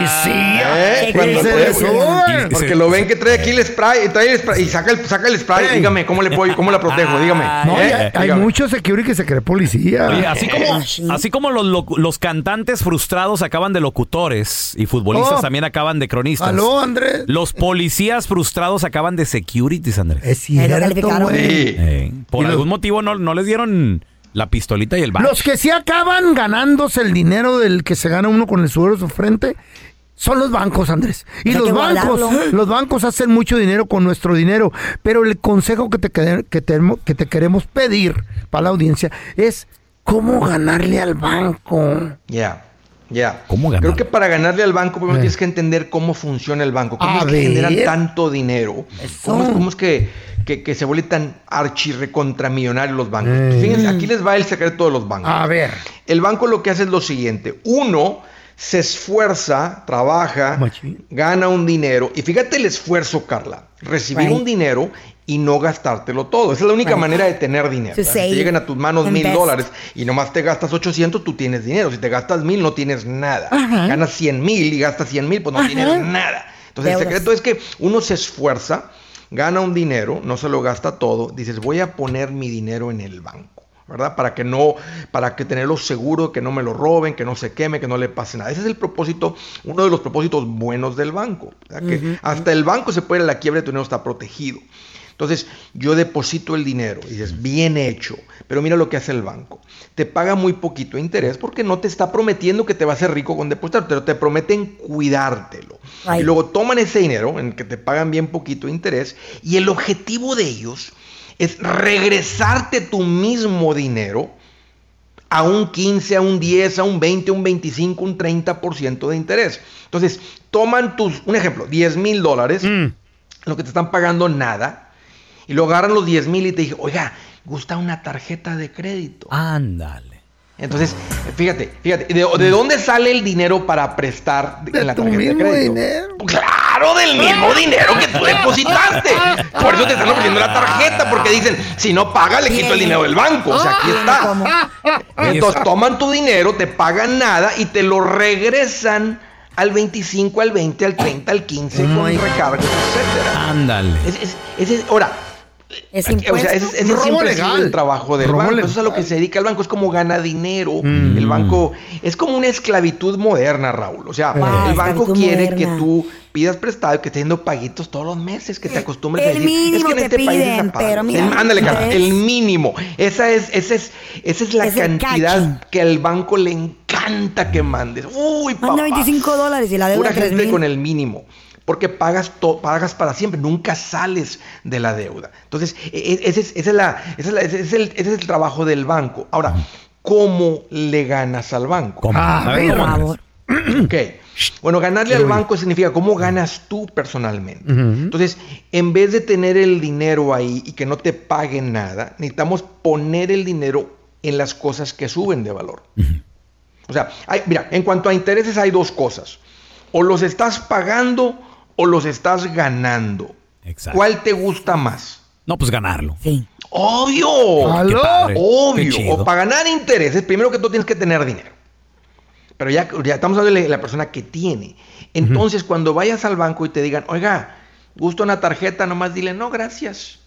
T: Policía.
H: ¿Qué crees?
T: porque, porque lo ven que trae aquí el spray, trae el spray y saca el, saca el spray.
I: Ey.
T: Dígame, ¿cómo le puedo, cómo la protejo? Dígame.
I: No,
T: ¿eh?
I: y hay, hay
T: Dígame.
I: mucho security que se cree policía.
G: Oye, así
T: Eh,
G: como, así como los, locu- los cantantes frustrados acaban de locutores y futbolistas
I: Oh.
G: también acaban de cronistas.
I: Aló, Andrés.
G: Los policías frustrados acaban de securities, Andrés.
I: Es Eh, cierto, güey.
G: Eh, por algún motivo no, no les dieron la pistolita y el bat.
I: Los que sí acaban ganándose el dinero del que se gana uno con el sudor de su frente son los bancos, Andrés. Y
H: Hay
I: los
H: que
I: bancos,
H: guardarlo.
I: los bancos hacen mucho dinero con nuestro dinero. Pero el consejo que te, quer- que te- que te queremos pedir para la audiencia es cómo ganarle al banco.
T: Ya, ya. Creo que para ganarle al banco, primero tienes que entender cómo funciona el banco. ¿Cómo
I: Eh. A
T: es que
I: ver.
T: generan tanto dinero? ¿Cómo es, cómo es que, que, que se vuelven tan archirrecontramillonarios los bancos? Pues
I: Mm.
T: Fíjense, aquí les va el secreto de los bancos.
I: A ver.
T: El banco lo que hace es lo siguiente. Uno, se esfuerza, trabaja, gana un dinero. Y fíjate el esfuerzo, Carla. Recibir
U: Right.
T: un dinero y no gastártelo todo. Esa es la única
U: Right.
T: manera de tener dinero.
U: To
T: Si te
U: save,
T: llegan a tus manos mil
U: invest.
T: dólares y nomás te gastas 800, tú tienes dinero. Si te gastas mil, no tienes nada.
U: Ajá.
T: Ganas 100 mil y gastas 100 mil, pues no
U: Ajá.
T: tienes nada. Entonces el
U: Deudas.
T: secreto es que uno se esfuerza, gana un dinero, no se lo gasta todo, dices voy a poner mi dinero en el banco, ¿verdad? Para que no, para que tenerlo seguro, que no me lo roben, que no se queme, que no le pase nada. Ese es el propósito, uno de los propósitos buenos del banco. ¿verdad? Que
U: Ujú.
T: hasta el banco se puede ir a la quiebra y tu dinero está protegido. Entonces, yo deposito el dinero y dices, bien hecho, pero mira lo que hace el banco. Te paga muy poquito de interés porque no te está prometiendo que te vas a ser rico con depositar, pero te prometen cuidártelo. Y luego toman ese dinero en el que te pagan bien poquito de interés y el objetivo de ellos es regresarte tu mismo dinero a un 15, a un 10, a un 20, un 25, un 30% de interés. Entonces, toman tus, un ejemplo, 10 mil dólares, lo que te están pagando nada, y lo agarran los 10 mil y te dije, oiga, gusta una tarjeta de crédito.
G: Ándale.
T: Entonces, fíjate, fíjate, ¿de, de dónde sale el dinero para prestar en la tarjeta de crédito? Claro, del mismo dinero que tú depositaste. Por eso te están ofreciendo la tarjeta, porque dicen, si no paga, le quito el dinero del banco. O sea, aquí está. Entonces toman tu dinero, te pagan nada y te lo regresan al 25, al 20, al 30, al 15 con recargos, etcétera.
G: Ándale.
T: Es- es- ese- ahora,
H: Es
T: o sea, ese, ese
I: Robo
T: siempre ha sido
I: legal.
T: el trabajo del
I: Robo
T: banco.
I: legal. Mm.
T: Eso es a lo que se dedica el banco. Es como gana dinero. El banco es como una esclavitud moderna, Raúl. O sea,
H: Wow,
T: el banco
H: esclavitud
T: quiere
H: moderna.
T: que tú pidas prestado y que estés haciendo paguitos todos los meses, que te acostumbres
H: el mínimo te
T: este
H: piden,
T: está padre".
H: pero mira,
T: El- ándale, Carla,
H: interés.
T: el mínimo. Esa es, esa es, esa es la
H: Es el
T: cantidad que al banco le encanta que mandes. Uy, papá.
H: Manda 25 Ah, dólares y la deuda
T: Pura gente
H: 3000.
T: con el mínimo. Porque pagas, to- pagas para siempre, nunca sales de la deuda. Entonces, e- e- ese es, esa es la- esa es la- ese es el, ese es el trabajo del banco. Ahora, ¿cómo le ganas al banco?
G: Ah, A ver, ¿cómo, Andrés?
T: Ok. Bueno, ganarle al banco significa cómo ganas tú personalmente. Entonces, en vez de tener el dinero ahí y que no te paguen nada, necesitamos poner el dinero en las cosas que suben de valor. O sea, hay- mira, en cuanto a intereses hay dos cosas. O los estás pagando o los estás ganando.
G: Exacto.
T: ¿Cuál te gusta más?
G: No, pues ganarlo.
H: Sí.
T: Obvio.
G: Qué padre. Qué
T: Obvio.
G: chido.
T: O para ganar intereses, primero que tú tienes que tener dinero. Pero ya, ya estamos hablando de la persona que tiene. Entonces, cuando vayas al banco y te digan, oiga, gusto una tarjeta, nomás dile, no, gracias.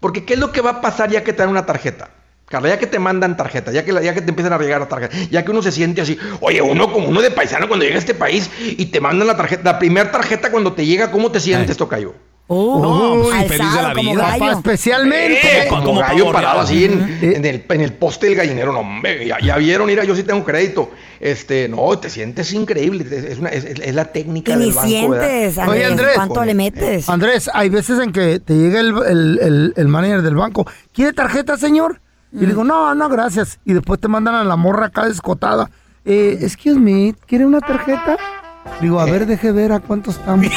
T: Porque ¿qué es lo que va a pasar ya que te dan una tarjeta? Carla, ya que te mandan tarjeta, ya que, la- ya que te empiezan a regar la tarjeta, ya que uno se siente así, oye, uno como uno de paisano cuando llega a este país y te mandan la tarjeta, la primera tarjeta cuando te llega, ¿cómo te sientes, Tocayo?
I: Uy,
H: Oh, alzado, como gallo.
I: Papá, especialmente.
T: como, Eh, como gallo parado así en, en el, en el poste del gallinero. No, hombre, ya, ya vieron, mira, yo sí tengo crédito. Este, no, te sientes increíble. Es, es una- es- es la técnica
H: Y
T: del
H: ni
T: banco.
H: sientes,
T: ¿verdad?
H: Andrés, ¿cuánto le metes?
I: Andrés, hay veces en que te llega el, el- el- el manager del banco. ¿Quiere tarjeta, señor? Y
H: Mm.
I: le digo, no, no, gracias. Y después te mandan a la morra acá descotada. Eh, excuse me, ¿quiere una tarjeta? Digo, a ver, deje ver a cuánto estamos.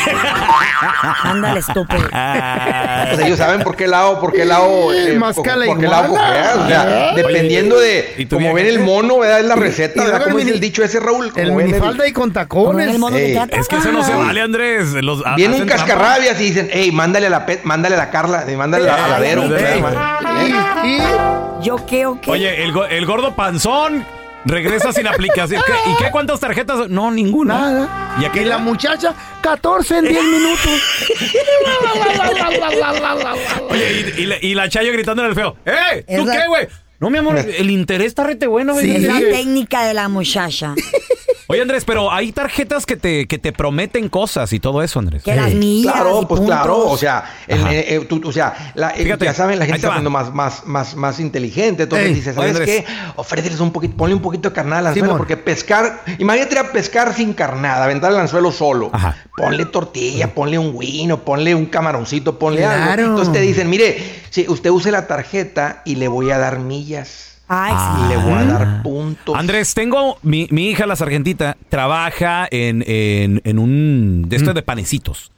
H: Ándale, estúpido.
T: Pues ellos saben por qué lado, por qué lado,
I: Ah. Sí,
T: eh,
I: más
T: por,
I: que a la
T: por qué lado
I: iguana.
T: cojeas, o sea,
I: Ah.
T: dependiendo
I: Oye,
T: de cómo ven el mono, ¿verdad? Es la receta, ¿verdad? ¿Cómo es el dicho ese, Raúl?
I: El
T: Como ven
I: minifalda y con tacones.
T: Ey.
G: Es que eso no se vale, Andrés. Los, a-
T: Viene un
I: Ah,
G: hacen trampa.
T: cascarrabias y dicen, hey, mándale a la pet, mándale a la Carla, eh, mándale a
G: Ay,
T: la Vero.
G: sí.
H: Yo creo que.
G: Oye, el, go- el gordo panzón regresa sin aplicación. ¿Qué- ¿Y qué cuántas tarjetas? No, ninguna.
I: Nada.
G: ¿Y aquí
I: Y la muchacha, 14 en 10 minutos.
G: Oye, y, y la, y la Chayo gritando en el feo. ¡Eh! ¿Tú
H: Esa-
G: qué, güey? No, mi amor, el interés está rete bueno. güey.
H: Es la técnica de la muchacha.
G: Oye, Andrés, pero hay tarjetas que te, que te prometen cosas y todo eso, Andrés.
H: Que las millas
T: Claro,
H: y
T: pues
H: puntos.
T: claro, o sea, el-
G: Ajá.
T: eh, eh, tú- o sea, la- eh,
G: Fíjate,
T: ya saben, la gente
G: ahí
T: está
G: te va.
T: siendo más, más, más, más inteligente, entonces
G: Ey,
T: dice, ¿sabes
G: oye,
T: qué?
G: Andrés.
T: Ofréceles un poquito, ponle un poquito de carnal al anzuelo,
G: Simón.
T: porque pescar, imagínate ir a pescar sin carnada, aventar el anzuelo solo, ponle tortilla, ponle un guino, ponle un camaroncito, ponle
I: Claro.
T: algo, entonces te dicen, mire, si usted use la tarjeta y le voy a dar millas,
G: Ah.
H: Ay,
T: y le voy a dar puntos.
G: Andrés, tengo mi, mi hija, la sargentita, trabaja en, en- en un de estos de panecitos.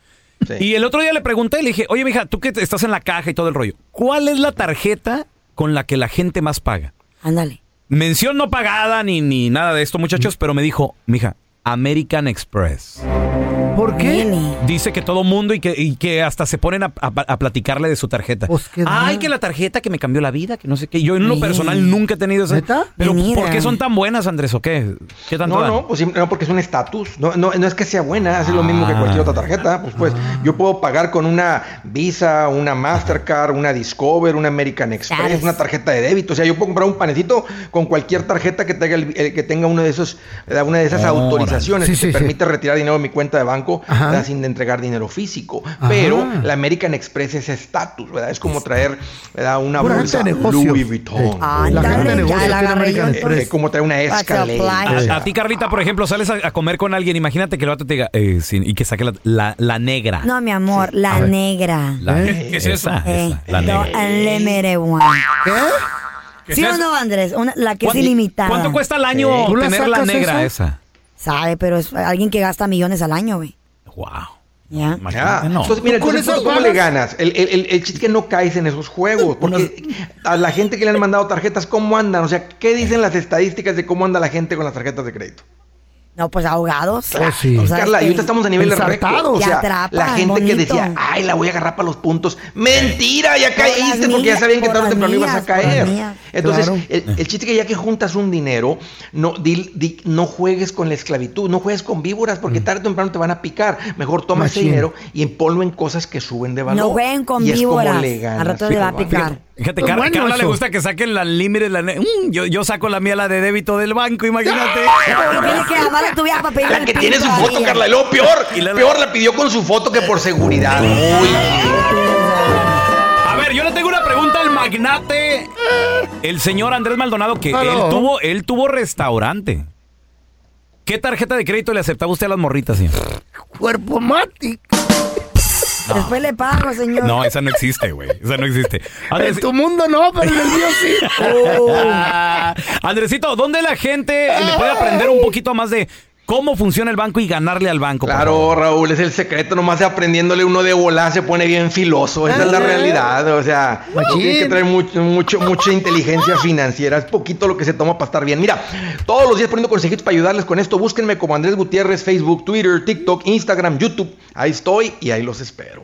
G: Y el otro día le pregunté, le dije, oye, mija, tú que te- estás en la caja y todo el rollo, ¿cuál es la tarjeta con la que la gente más paga?
H: Ándale.
G: Mención no pagada ni, ni nada de esto, muchachos, pero me dijo, mija, American Express.
I: ¿Por
H: qué?
G: Dice que todo mundo y que, y que hasta se ponen a, a- a platicarle de su tarjeta.
H: Pues,
G: Ay, que la tarjeta que me cambió la vida, que no sé qué. Yo en lo
T: Sí.
G: personal nunca he tenido esa. Pero
T: Mira.
G: ¿por qué son tan buenas, Andrés? ¿O qué? ¿Qué tanto
T: No,
G: dan?
T: no, pues sí, no, porque es un estatus. No, no, no es que sea buena, es lo mismo que cualquier otra tarjeta. Pues, pues
I: Ah.
T: yo puedo pagar con una Visa, una Mastercard, una Discover, una American Express,
C: Sabes.
T: una tarjeta de débito. O sea, yo puedo comprar un panecito con cualquier tarjeta que tenga, el- el- que tenga uno de esos, ¿verdad? una de esas
C: Órale.
T: autorizaciones
C: Sí,
T: que
C: sí,
T: te
C: sí.
T: permite retirar dinero de mi cuenta de banco ¿verdad? sin entregar dinero físico. Pero
I: Ah.
T: la American Express es estatus, ¿verdad? Es como traer ¿verdad? una
I: Pura
T: bolsa
I: gente de negocios.
T: Louis Vuitton.
I: Ándale, La gente de ya negocios la tiene agarré American yo, Express. Ah,
T: Es como traer una Escalade. O sea,
G: A, a ti, Carlita, por ejemplo, sales a, a comer con alguien. Imagínate que el vato te diga, eh, sin- y que saque la, la- la negra.
H: No, mi amor, la
G: A ver.
H: negra.
G: La- ¿Qué es eso? esa,
H: Eh,
G: esa, la
H: no,
G: negra.
H: le mere one.
G: ¿Qué
H: ¿Sí
G: es
H: o
G: eso?
H: no, Andrés? Una- la que es
G: ¿Cuánto-
H: ilimitada.
G: ¿Cuánto cuesta al año
H: ¿Tú la
G: tener la
H: sacas
G: negra
H: esa?
G: esa?
H: Sabe, pero es alguien que gasta millones al año, güey. Wow. Ya.
T: Ah, Entonces, mira,
H: ¿Tú con
T: entonces,
H: esas
T: ¿cómo, cómo le
H: balas?
T: ganas? El, el, el, el chiste que no caes en esos juegos, porque a la gente que le han mandado tarjetas, ¿cómo andan? O sea, ¿qué dicen las estadísticas de cómo anda la gente con las tarjetas de crédito?
H: No, pues ahogados.
T: Oh, sí. Carla,
H: este,
T: ahorita estamos a nivel de récord.
H: ensartados.
T: O
H: Te
T: sea,
H: atrapan,
T: la gente
H: bonito.
T: que decía, ay, la voy a agarrar para los puntos. Mentira, ya
H: Por
T: caíste
H: las
T: porque ya
H: mías,
T: sabían que
H: por
T: tarde o
H: las
T: temprano ibas a
H: mías, por las
T: caer.
H: mías.
T: Entonces,
H: Claro.
T: el, el chiste que ya que juntas un dinero, no, di- di- no juegues con la esclavitud, no juegues con víboras porque
H: Mm.
T: tarde o temprano te van a picar. Mejor toma ese
G: Machín.
T: dinero y empolvo en cosas que suben de valor.
H: No jueguen con
T: Y es como
H: víboras.
T: le ganas.
H: Al rato le va a picar.
T: Pues
G: Fíjate, Car- Carla le gusta que saquen la límite. La ne- Mm, yo, yo saco la mía, la de débito del banco, imagínate.
H: Tienes que llamarle a tu vieja para pedirle
T: La
H: el
T: que tiene
H: pito
T: su
H: a
T: foto,
H: ella.
T: Carla. Y luego peor, peor la pidió con su foto que por seguridad. Uy.
G: A ver, yo le tengo una pregunta al magnate, el señor Andrés Maldonado, que
U: Aló.
G: él tuvo, él tuvo restaurante. ¿Qué tarjeta de crédito le aceptaba usted a las morritas, señor?
I: Cuerpo mati.
G: No.
H: Después le pago, señor.
G: No, esa no existe, güey. Esa no existe. Andres-
I: En tu mundo no, pero en el mío sí.
H: Oh.
G: Andresito, ¿dónde la gente le puede aprender un poquito más de cómo funciona el banco y ganarle al banco? por favor?
T: Claro, Raúl, es el secreto, nomás de aprendiéndole uno de volar se pone bien filoso, esa es la
G: Ajá.
T: realidad, o sea,
G: Machín.
T: tiene que traer mucho, mucho, mucha inteligencia financiera, es poquito lo que se toma para estar bien. Mira, todos los días poniendo consejitos para ayudarles con esto, búsquenme como Andrés Gutiérrez, Facebook, Twitter, TikTok, Instagram, YouTube, ahí estoy y ahí los espero.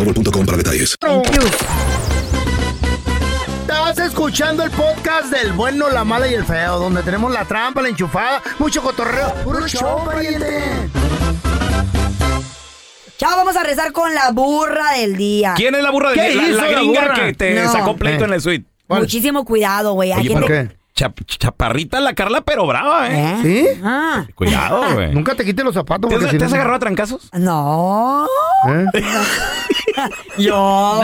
M: Mobile.com para detalles.
I: Estás escuchando el podcast del bueno, la mala y el feo, donde tenemos la trampa, la enchufada, mucho cotorreo. ¡Puro show, pariente!
H: Chao, vamos a rezar con la burra del día.
G: ¿Quién es la burra de
H: ¿Qué
G: la,
H: hizo
G: la
H: la
G: gringa
H: burra?
G: que te
H: No.
G: sacó pleito
H: Eh.
G: en el suite?
H: Muchísimo cuidado, güey. Hay
G: Oye,
H: gente-
G: pero chap- chaparrita la Carla, pero brava, ¿eh?
I: ¿Sí?
H: Ah.
G: Cuidado, güey.
I: Nunca te quites los zapatos.
G: ¿Te has-
I: porque si
G: te has
I: no- ¿Eh?
G: agarrado a trancazos?
H: No.
G: Yo.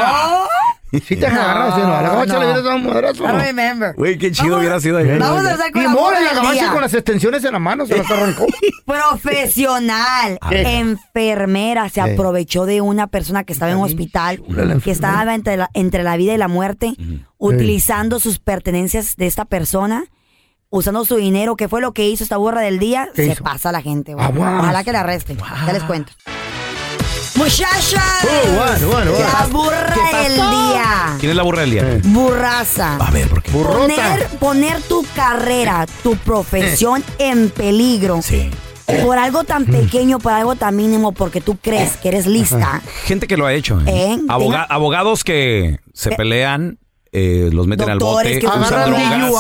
I: Si te agarras, sí, no. A la gabacha le hubieras dado un madrazo.
H: I remember.
G: Güey, qué chido hubiera sido ahí.
H: vamos a rezar con
I: Ni
H: la
I: modo,
H: burra
I: la
H: del
I: gabacha
H: día.
I: con las extensiones en la mano se las arrancó.
H: Profesional,
I: A ver.
H: enfermera, se
I: Eh.
H: aprovechó de una persona que estaba en un hospital, que estaba entre la, entre la vida y la muerte, utilizando sus pertenencias de esta persona, usando su dinero, que fue lo que hizo esta burra del día,
V: ¿Qué
H: se
V: hizo?
H: pasa a la gente.
I: Ah,
H: güey.
V: Aguas.
H: Ojalá que la arresten, ya les cuento. Muchachas,
G: Oh, bueno, bueno, bueno.
H: la burra del día.
G: ¿Quién es la burra del
H: Eh,
G: día?
H: Burraza.
G: A ver, ¿por qué?
H: Poner, poner tu carrera, tu profesión
I: Eh.
H: en peligro. Por algo
I: Mm.
H: tan pequeño, por algo tan mínimo, porque tú crees que eres lista.
G: Gente que lo ha hecho. ¿eh?
H: ¿Eh?
G: Aboga- abogados que se
H: Eh.
G: pelean, eh, los meten al
H: Doctores
G: bote,
H: que
G: usan
H: usan
G: drogas.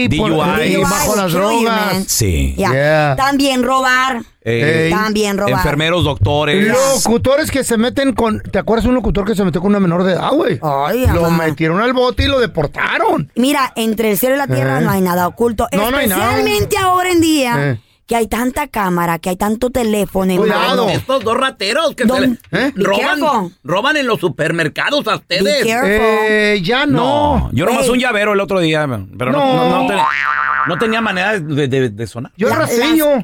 I: DUI, por-
G: DUI.
I: bajo las drogas.
G: Sí.
H: Ya. También robar.
G: Eh,
H: También robar.
G: Enfermeros, doctores.
I: Locutores que se meten con. ¿Te acuerdas de un locutor que se metió con una menor de edad, güey? Lo
H: ajá.
I: metieron al bote y lo deportaron.
H: Mira, entre el cielo y la tierra
I: Eh.
H: no hay nada oculto.
I: No, no hay nada.
H: Especialmente ahora en día.
I: Eh.
H: Que hay tanta cámara, que hay tanto teléfono. en mano.
P: Estos dos rateros que se
H: Don-
P: le-
H: ¿Eh? Be
P: roban,
H: careful.
P: roban en los supermercados a ustedes.
H: Be careful. Eh, ya
G: No, yo nomás
P: Ey.
G: un llavero el otro día, pero no,
P: No.
G: no- no te- no tenía manera de, de- de sonar.
H: La- las,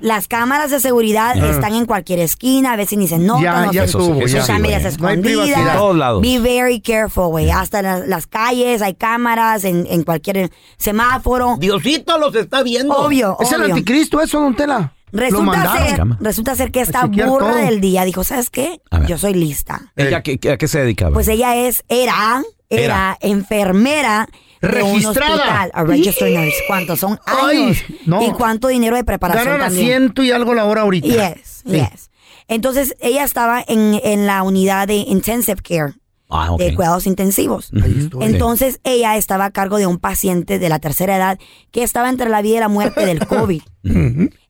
H: las cámaras de seguridad
G: Ah.
H: están en cualquier esquina, a veces ni se notan,
G: Ya,
H: no
G: ya
H: se
G: estuvo,
H: escuchan,
G: ya.
H: están
G: Sí,
H: medias
G: güey. No hay
H: escondidas.
G: privacidad. En todos lados.
H: Be very careful, güey. Hasta la- las calles hay cámaras en, en cualquier semáforo.
P: Diosito los está viendo.
H: Obvio,
I: Es el
H: obvio.
I: anticristo eso, don Tela. lo
H: Resulta
I: mandaron.
H: ser, resulta ser que esta
I: chequear
H: burra
I: todo.
H: del día dijo, ¿sabes qué? Yo soy lista.
I: Eh.
G: ¿Ella qué- qué- a qué se dedicaba?
H: Pues ella es, era, era,
G: Era.
H: enfermera. de un
I: Registrada.
H: hospital, a registered nurse. ¿Cuántos son años?
I: no.
H: ¿Y cuánto dinero de preparación
I: Ganan a
H: también?
I: ciento y algo la hora ahorita.
H: Yes, yes. Entonces, ella estaba en, en la unidad de intensive care,
G: Ah,
H: de cuidados intensivos.
E: Mm,
H: Entonces, ella estaba a cargo de un paciente de la tercera edad que estaba entre la vida y la muerte del COVID.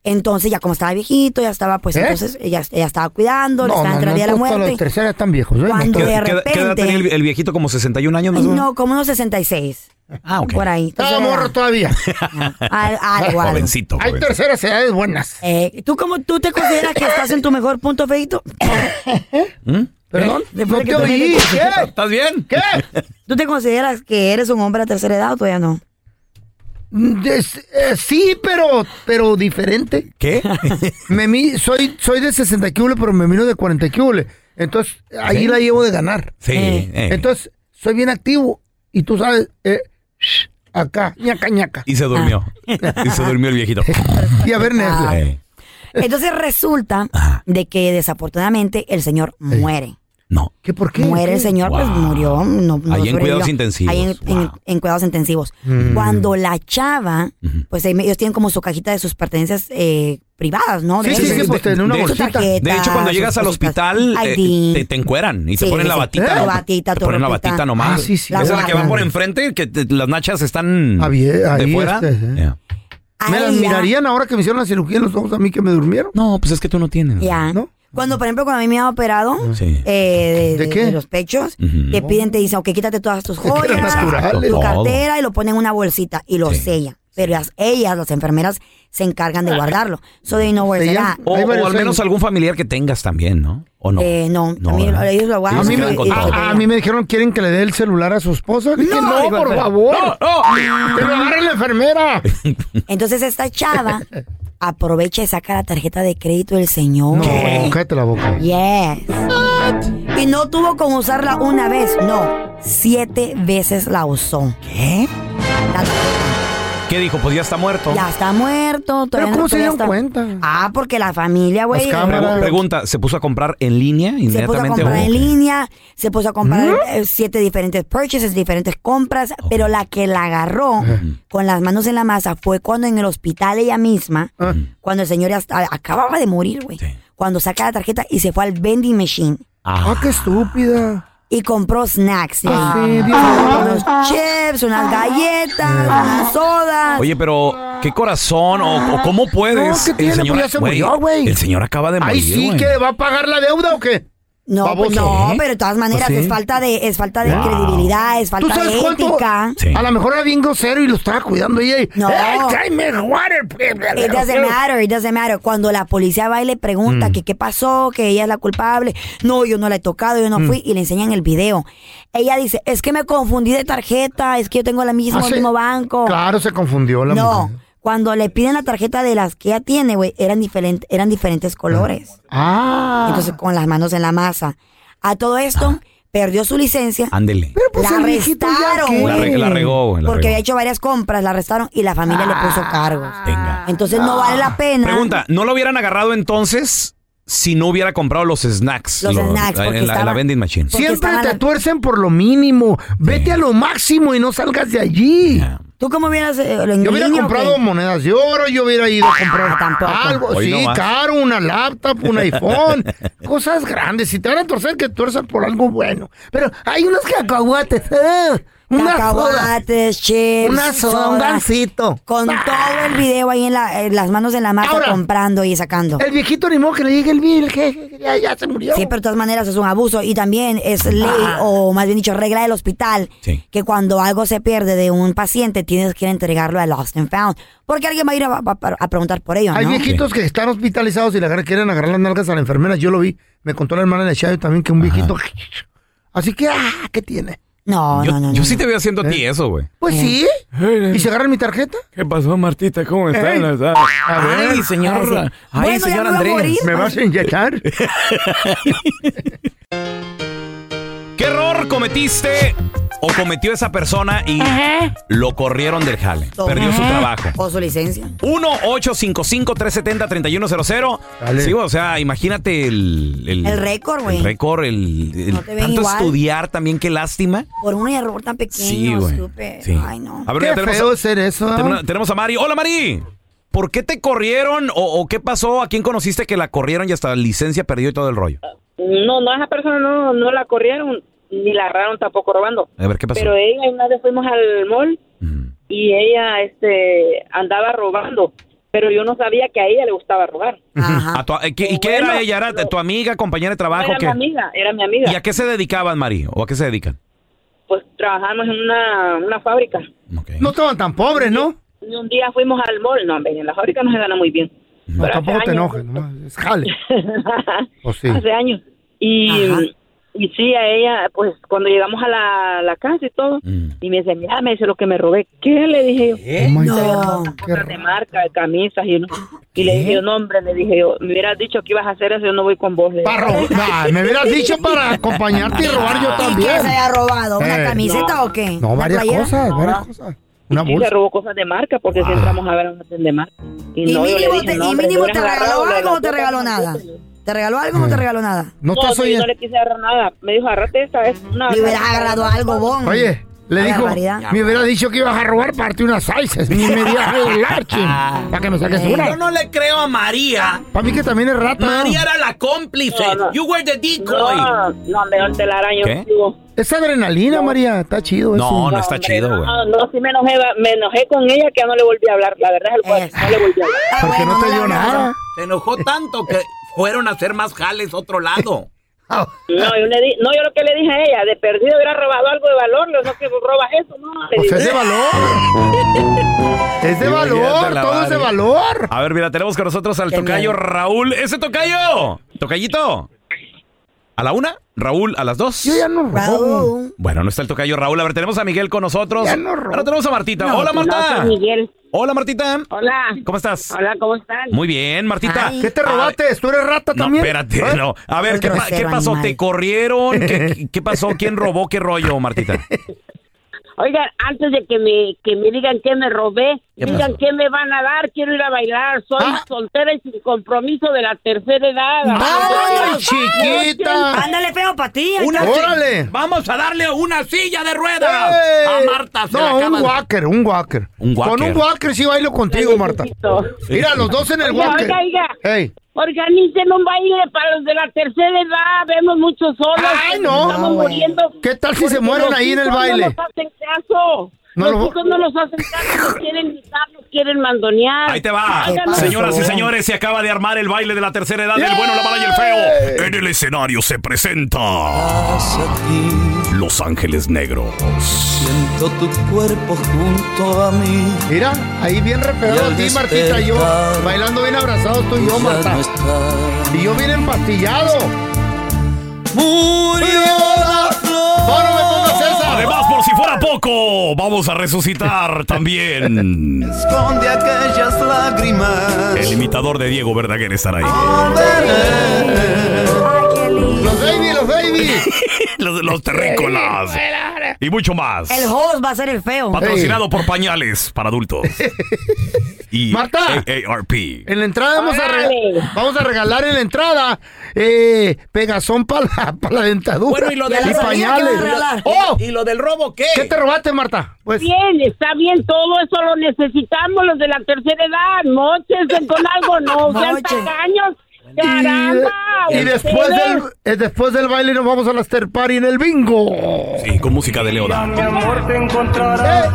H: Entonces, ya como estaba viejito, ya estaba, pues
I: ¿Eh?
H: entonces, ella, ella estaba cuidando,
I: No,
H: estaba
I: no,
H: entre la
I: no,
H: vida y la
I: todos
H: muerte.
I: los terceros están viejos. ¿eh?
H: Cuando
G: ¿Qué,
H: de
G: qué edad- qué edad
H: repente-
G: tenía el, el viejito? ¿Como 61 años? más o menos?
H: No, como unos 66.
G: Ah, ok.
H: Por ahí.
I: Estaba morro todavía.
H: Al- algo, algo.
G: Jovencito.
I: Hay
G: jovencito.
I: terceras edades buenas.
H: Eh, ¿Tú cómo tú te consideras que estás en tu mejor punto, Feito?
I: Perdón,
H: Después
I: no
H: Eh, de que
I: te oí.
H: termine-
I: ¿Qué?
G: ¿Estás bien?
I: ¿Qué?
H: ¿Tú te consideras que eres un hombre de tercera edad o todavía no?
I: Des- eh, sí, pero, pero diferente.
G: ¿Qué?
I: me mi- soy, soy de 60 kilos, pero me miro de 40 kilos. Entonces, ahí
G: Sí.
I: la llevo de ganar.
G: Sí,
I: Eh.
G: eh.
I: Entonces, soy bien activo. Y tú sabes, eh, shh, acá, ñaca, ñaca. Ah.
G: Y se durmió. y se durmió el viejito.
I: Y a ver,
H: Ah.
I: Netflix.
G: Eh,
H: Entonces resulta de que desafortunadamente el señor muere.
G: No.
I: ¿Qué por qué?
H: Muere el señor, pues
G: Wow.
H: murió. No, no
G: Ahí en
H: sobrevivió.
G: cuidados intensivos,
H: Ahí en, en- en cuidados intensivos.
G: Mm.
H: Cuando la chava, pues ahí me- ellos tienen como su cajita de sus pertenencias eh, privadas, ¿no?
G: Sí, sí, sí, pues,
H: de,
G: en una
H: su
G: bolsita.
H: tarjeta,
G: De hecho, cuando
H: sus
G: llegas al
H: cositas,
G: hospital, eh,
H: ID.
G: te, te encueran y te
H: Sí,
G: ponen la
H: sí, sí.
G: batita.
H: La
G: ¿no?
H: batita,
G: te
H: tu
G: ponen la
H: ropita.
G: batita nomás.
H: Ah, sí, sí.
G: Esa es la
H: La
G: que va
H: guardan.
G: por enfrente, que te- las nachas están
I: Ah, bien,
G: de
I: ahí
G: fuera.
I: este, eh.
G: Ya.
I: ¿Me
H: Ay,
I: las
H: ya.
I: mirarían ahora que me hicieron la cirugía en los ojos a mí que me durmieron?
G: No, pues es que tú no tienes.
H: Ya. Cuando, por ejemplo, cuando a mí me han operado
G: Sí.
H: eh, de,
I: ¿De
H: de-
I: qué? Oh.
H: de los pechos,
I: Ujú.
H: te piden, te dicen, ok, quítate todas tus joyas,
I: naturales.
H: tu
I: Todo.
H: cartera y lo ponen en una bolsita y lo sellan. Pero las- ellas, las enfermeras, se encargan de guardarlo. So they know where it's at.
G: O, o al menos algún familiar que tengas también, ¿no? ¿O no?
H: Eh, no,
G: No,
H: a mí,
G: ¿verdad?
H: ellos lo guardan. Este,
I: a, mí
H: y-
I: me,
H: y-
I: Ah, a- a mí me dijeron, ¿quieren que le dé el celular a su esposa? Le dije, no,
H: No, digo,
I: por
H: espera.
I: favor.
H: No, no.
I: Que lo agarre la enfermera.
H: Entonces esta chava aprovecha y saca la tarjeta de crédito del señor.
I: No, cállate la boca.
H: Yes. Y no tuvo con usarla una vez, no. Siete veces la usó. ¿Qué?
G: ¿Qué dijo? Pues ya está muerto.
H: Ya está muerto. ¿Pero
I: cómo se dieron
H: cuenta? Ah, porque la familia, güey.
G: Pregu- Pregunta, ¿se puso a comprar en línea
H: Se puso a
G: inmediatamente?
H: comprar
G: o-
H: en línea, se puso a comprar eh, siete diferentes purchases, diferentes compras, pero la que la agarró con las manos en la masa fue cuando en el hospital ella misma, cuando el señor ya está- acababa de morir, güey, cuando saca la tarjeta y se fue al vending machine.
G: Ah,
I: qué estúpida.
H: Y compró snacks. ¿sí?
I: Ah, sí, Dios. Ah.
H: Compró unos chips, unas galletas, unas sodas.
G: Oye, pero ¿qué corazón o, o cómo puedes?
I: No, ¿qué tiene? Pues ya se murió, güey.
G: El señor acaba de morir.
I: Ay, sí,
G: güey.
I: que va a pagar la deuda o qué?
H: No, pues no, pero de todas maneras
I: Pues sí.
H: es falta de, es falta de
I: Wow.
H: credibilidad, es
I: ¿Tú
H: falta
I: sabes
H: de
I: cuánto?
H: ética.
I: A lo mejor era bien grosero y lo estaba cuidando ella. y,
H: No.
I: "Hey, tráeme water, please".
H: It doesn't matter, it doesn't matter. Cuando la policía va y le pregunta
I: Mm.
H: que qué pasó, que ella es la culpable, no, yo no la he tocado, yo no
I: Mm.
H: fui, y le enseñan el video. Ella dice, es que me confundí de tarjeta, es que yo tengo la misma,
I: Ah,
H: el
I: sí.
H: mismo banco.
I: Claro, se confundió la
H: no,
I: mujer.
H: cuando le piden la tarjeta de las que ella tiene, güey, eran, diferent- eran diferentes colores.
I: Ah.
H: Entonces, con las manos en la masa. A todo esto, perdió su licencia.
G: Ándele.
I: pues,
H: la
I: el viejito ya
H: arrestaron,
I: qué.
G: La
H: güey.
G: re- la regó, güey, la
H: Porque
G: regó.
H: había hecho varias compras, la arrestaron y la familia le
I: Ah.
H: puso cargos. Entonces no vale la pena.
G: Ah. Pregunta, ¿no lo hubieran agarrado entonces si no hubiera comprado los snacks?
H: Los snacks,
G: En
H: porque
G: la, en la
H: estaban-
G: vending machine.
I: Siempre te tuercen por lo mínimo. Vete a lo máximo y no salgas de allí.
H: ¿Tú cómo hubieras eh, lo en
I: Yo hubiera
H: línea o
I: comprado
H: qué? Ah,
I: monedas de oro, yo hubiera ido a comprar algo,
G: Hoy
I: sí,
G: no más.
I: caro, una laptop, un iPhone, cosas grandes. Si te van a torcer, que tuerzas por algo bueno. Pero hay unos cacahuates, eh, una soda,
H: Cacahuates, chips,
I: una soda, un
H: soda.
I: gansito.
H: Con todo el video ahí en, la- en las manos en la masa
I: Ahora.
H: comprando y sacando.
I: El viejito ni modo que le diga el vil, que ya, ya se murió. Ah.
H: Sí, pero de todas maneras es un abuso y también es ley, o más bien dicho, regla del hospital, que cuando algo se pierde de un paciente tienes que entregarlo a Lost and Found, porque alguien va a ir a, a- a preguntar por ello, ¿no?
I: Hay viejitos que están hospitalizados y le agar- quieren agarrar las nalgas a la enfermera. Yo lo vi. Me contó la hermana de Chayo también que un viejito. Así que, ah, ¿qué tiene?
H: No,
G: yo, yo sí te veo haciendo a ti eso, güey.
I: Pues sí. ¿Y se agarran mi tarjeta?
G: ¿Qué pasó, Martita? ¿Cómo
I: están?
G: A
I: ver.
G: Ay, señor. Ay,
I: Bueno, ya me
G: señor
I: voy a
G: Andrés.
I: morir. ¿Me vas a inyectar?
G: ¿Qué error cometiste o cometió esa persona y lo corrieron del jale?
H: Toma.
G: Perdió su trabajo.
H: O su licencia.
G: 1-855-370-3100. Sí, o sea, imagínate el...
H: El récord, güey.
G: El récord, el... el-
H: No te ven
G: tanto
H: igual.
G: estudiar también, qué lástima.
H: Por un error tan
G: Sí,
H: pequeño,
G: güey.
H: súper.
G: Sí.
H: Ay, no.
G: A ver, ya tenemos a-
I: ser eso.
G: Tenemos, tenemos a Mari. Hola, Mari. ¿Por qué te corrieron o, o qué pasó? ¿A quién conociste que la corrieron y hasta licencia perdió y todo el rollo?
B: No, no, a esa persona no, no la corrieron ni la agarraron tampoco robando.
G: A ver, ¿qué pasó?
B: Pero ella, una vez fuimos al mall y ella este, andaba robando, pero yo no sabía que a ella le gustaba robar.
G: ¿A tu- eh, qué- ¿Y qué era ella? ¿Era tu amiga, compañera de trabajo?
B: era
G: qué?
B: mi amiga, era mi amiga.
G: ¿Y a qué se dedicaban, Mari? ¿O a qué se dedican?
B: Pues trabajamos en una, una fábrica.
I: No estaban tan pobres, ¿no?
B: Y un día fuimos al mall, no, hombre, en la fábrica no se gana muy bien.
I: No, tampoco te enojes, ¿no? Es jale. O sí.
B: hace años. Y, y sí, a ella, pues cuando llegamos a la, la casa y todo,
I: Mm.
B: y me dice, mira, me dice lo que me robé. ¿Qué? Le dije yo.
I: No,
B: cosas de marca, de camisas y, no- y le dije yo, no, hombre, le dije yo, me hubieras dicho que ibas a hacer eso, yo no voy con vos. le dije.
I: Nah, me hubieras dicho para acompañarte y robar yo
H: ¿Y
I: también.
H: qué se haya robado? ¿Una
I: Eh,
H: camiseta
I: no.
H: o qué?
I: No,
H: ¿Una
I: varias
H: playera?
I: cosas, varias cosas. Una
B: Y se
I: bolsa. Ah.
B: robó cosas de marca porque si entramos a ver a una tienda de marca. Y,
H: Y
B: no, yo le
H: mínimo,
B: dije,
H: te,
B: no,
H: y
B: hombre,
H: mínimo
B: me
H: te
B: hubieras
H: regaló
B: agarrado la-
H: algo o te
B: la-
H: regaló nada. ¿Te regaló algo o no te regaló nada?
B: No, no, yo no le quise agarrar nada. Me dijo, agarrate esta. Es una,
H: Le hubieras agarrado algo, bon.
I: Oye, Le
H: Qué
I: dijo,
H: barbaridad.
I: me hubiera dicho que ibas a robar parte unas saices. Ni me digas el arching. Para que me saques una.
P: Yo no le creo a María.
I: Para mí que también es rata.
P: María era la cómplice. You were the decoy.
B: No, no, mejor te la araño.
I: ¿Qué? Es adrenalina, María. Está chido eso.
G: No, no está chido, güey.
B: No, "Ah, no, sí me enojé, me enojé con ella que ya no le volví a hablar. La verdad es el cual, no le volví a hablar.
I: Porque no te dio nada.
P: Se enojó tanto que fueron a hacer más jales otro lado.
B: No, yo, le di- no, yo lo que le dije a ella, de perdido hubiera robado algo de valor, no sé que robas eso, no. le
I: Pues
B: dije.
I: es de valor. Es de valor. Todo es de valor.
G: A ver, mira, tenemos con nosotros al tocayo Raúl. ¡Ese tocayo! ¡Tocayito! ¿A la una? ¿Raúl a las dos?
I: Yo ya no robo.
G: Bueno, no está el tocayo Raúl. A ver, tenemos a Miguel con nosotros. Ahora tenemos a Martita.
I: No,
G: ¡Hola,
I: no,
G: Marta!
I: soy
G: ¡Hola, Martita!
B: Hola.
G: ¿Cómo estás?
B: Hola, ¿cómo están?
G: Muy bien, Martita. Ah,
I: ¿Qué te robaste? ¿Tú eres rata
G: No,
I: también?
G: espérate,
I: ¿Eh?
G: no. A ver,
I: Es
G: ¿qué, pa-
I: grosero,
G: qué pasó?
I: animal.
G: ¿Te corrieron? ¿Qué, qué pasó? ¿Quién robó? ¿Qué rollo, Martita?
B: Oigan, antes de que me, que me digan que me robé,
G: ¿Qué
B: digan
G: pasó?
B: que me van a dar, quiero ir a bailar, soy
I: Ah.
B: soltera y sin compromiso de la tercera edad.
I: ¡Ay,
B: chiquita!
H: Ándale feo para ti.
P: Una
H: ahí está.
I: ¡Órale!
P: Vamos a darle una silla de ruedas
I: ¡Ey!
P: a Marta. Se la
I: No,
P: acaban-
I: un walker, un walker. Con un
G: walker.
I: walker sí bailo contigo, Marta. Mira, los dos en el
B: Oiga,
I: walker.
B: oiga, oiga.
I: Ey.
B: Organicen un baile para los de la tercera edad, vemos muchos solos.
I: Ay, no.
B: Estamos
I: No, güey.
B: muriendo.
I: ¿Qué tal si se
B: porque
I: mueren
B: los
I: ahí en el
B: hijos
I: baile?
B: No nos hacen caso.
I: No
B: los
I: lo-
B: chicos no nos hacen caso, nos quieren gritar, nos quieren mandonear.
G: Ahí te va.
B: Háganlo.
G: Señoras y señores, se acaba de armar el baile de la tercera edad del bueno, la mala y el feo. En el escenario se presenta Los Ángeles Negros.
D: Siento tu cuerpo junto a mí.
I: Mira, ahí bien
D: Y
I: repegado
D: al
I: a ti, Martita y yo.
D: despertar,
I: Bailando bien abrazados tú y yo,
D: ya
I: Marta.
D: no estás.
I: Y yo bien empastillado.
D: Murió la flor.
I: No, no me pongas esa.
G: Además, por si fuera poco, vamos a resucitar también.
D: Esconde aquellas lágrimas.
G: El imitador de Diego Verdaguer estará ahí.
I: Ah, Los baby, los baby.
G: Los, los terrícolas. Y mucho más.
H: El host va a ser el feo.
G: Patrocinado por pañales para adultos. Y
I: Marta.
G: AARP.
I: En la entrada vamos a, rega- vamos a regalar en la entrada eh, pegazón para la, pa' la dentadura.
P: Bueno, y lo de la salida, ¿qué
I: pañales.
P: vas a regalar?
I: ¡Oh!
P: ¿Y lo del robo qué?
I: ¿Qué te robaste, Marta? Pues.
B: Bien, está bien, todo eso lo necesitamos los de la tercera edad. Móchense con algo, no sean
H: Mochen.
B: tacaños.
I: Y,
B: Caramba.
I: y después
B: ustedes.
I: del, eh, después del baile nos vamos a las ter party en el bingo.
G: Sí, con música de Leoda.
J: Mi amor te encontrarás.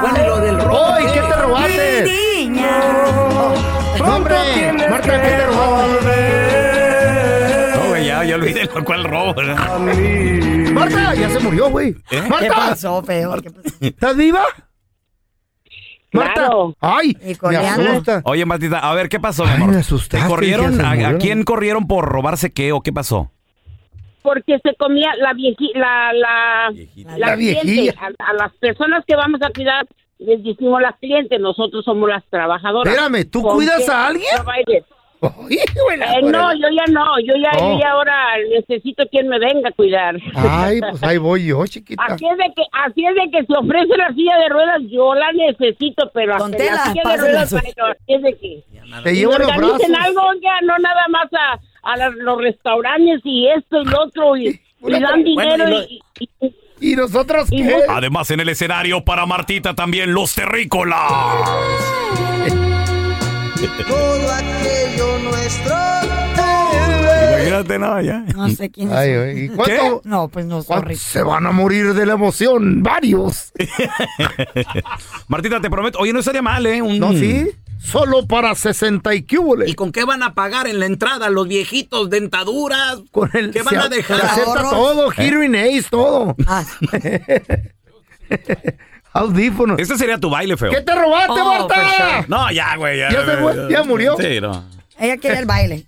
P: Bueno, y lo del robo.
I: ¡Ay, qué te robaste! No, hombre, Marta, ¿qué te robaste?
G: No, güey, ya, ya olvidé lo cual robo. ¿verdad?
I: Marta, ya se murió, güey.
G: ¿Eh?
I: Marta,
H: ¿Qué pasó, feo?
I: ¿estás viva? Marta, ay, me
H: coleando.
I: asusta.
G: Oye, Martita, a ver, ¿qué pasó, mi amor? ¿Te
I: ya
G: corrieron?
I: se
G: ¿A, a
I: murió.
G: quién corrieron por robarse qué o qué pasó?
B: Porque se comía la vieji, la, la, la
I: La
B: cliente.
I: viejilla.
B: A, a las personas que vamos a cuidar, les decimos las clientes, nosotros somos las trabajadoras.
I: Espérame, ¿tú
B: ¿Con
I: cuidas
B: qué
I: a alguien?
B: provided?
I: Ay, güey, la-
B: Eh, no, yo ya no, yo ya, yo
I: Oh.
B: ya ahora necesito quien me venga a cuidar.
I: Ay, pues ahí voy yo, chiquita.
B: Así es de que, así es de que se ofrece la silla de ruedas, yo la necesito, pero hasta
H: Don
B: la
H: Tela,
B: silla de
H: pásala.
B: ruedas, pero así es de que
H: Ah,
I: Te
B: y
I: llevo los brazos.
B: organicen algo, ya no nada más a, a la- los restaurantes y esto y lo otro y, y dan dinero
P: Bueno,
B: y,
I: ¿Y nosotros
B: Y
I: qué?
G: Además, en el escenario para Martita también los terrícolas.
D: Todo aquello nuestro.
G: Imagínate, no, ya.
H: No sé quién es.
I: Ay, güey, ¿y cuánto-
H: No, pues no, sorry.
I: cuántos se van a morir de la emoción? Varios.
G: Martita, te prometo. Oye, no estaría mal, ¿eh? Un-
I: ¿No, sí? Solo para 60 y cúbole.
P: ¿Y con qué van a pagar en la entrada los viejitos dentaduras?
I: Con el
P: ¿Qué van
I: se-
P: a dejar?
I: se acepta
H: Ahorros.
I: todo,
G: Eh.
I: hearing aids, todo.
H: Ah,
I: Audífonos.
G: Este sería tu baile, feo.
I: ¿Qué te robaste,
H: Oh, for
I: Marta?
G: No, ya, güey. Ya,
I: ¿Ya se fue? ¿Ya murió?
G: Sí, no.
H: ella quiere el baile.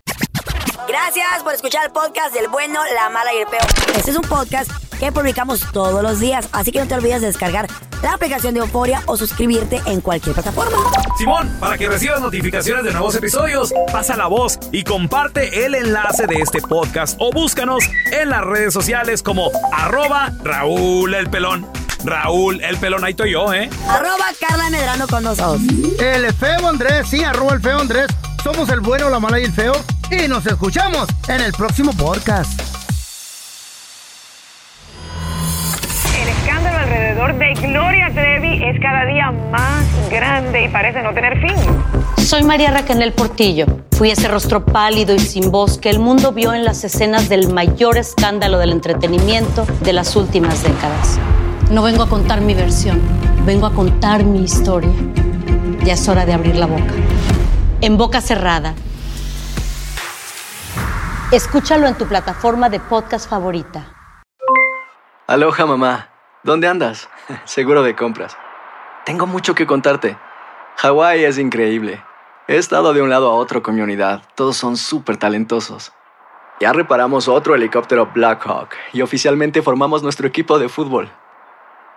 H: Gracias por escuchar el podcast del bueno, la mala y el feo. Este es un podcast que publicamos todos los días, así que no te olvides de descargar la aplicación de Euforia o suscribirte en cualquier plataforma.
G: Simón, para que recibas notificaciones de nuevos episodios, pasa la voz y comparte el enlace de este podcast o búscanos en las redes sociales como arroba Raúl el Pelón. Raúl el Pelón, ahí estoy yo, ¿eh?
H: Arroba Carla Medrano con nosotros.
I: El feo Andrés, sí, arroba el feo Andrés. Somos el bueno, la mala y el feo. Y nos escuchamos en el próximo podcast.
F: El escándalo alrededor
E: amor de Gloria Trevi es cada día más grande y parece no tener fin.
F: Soy María Raquel Portillo. Fui ese rostro pálido y sin voz que el mundo vio en las escenas del mayor escándalo del entretenimiento de las últimas décadas. No vengo a contar mi versión, vengo a contar mi historia. Ya es hora de abrir la boca. En boca cerrada. Escúchalo en tu plataforma de podcast favorita.
C: Aloha mamá, ¿dónde andas? Seguro de compras. Tengo mucho que contarte. Hawái es increíble. He estado de un lado a otro con mi unidad. Todos son súper talentosos. Ya reparamos otro helicóptero Blackhawk y oficialmente formamos nuestro equipo de fútbol.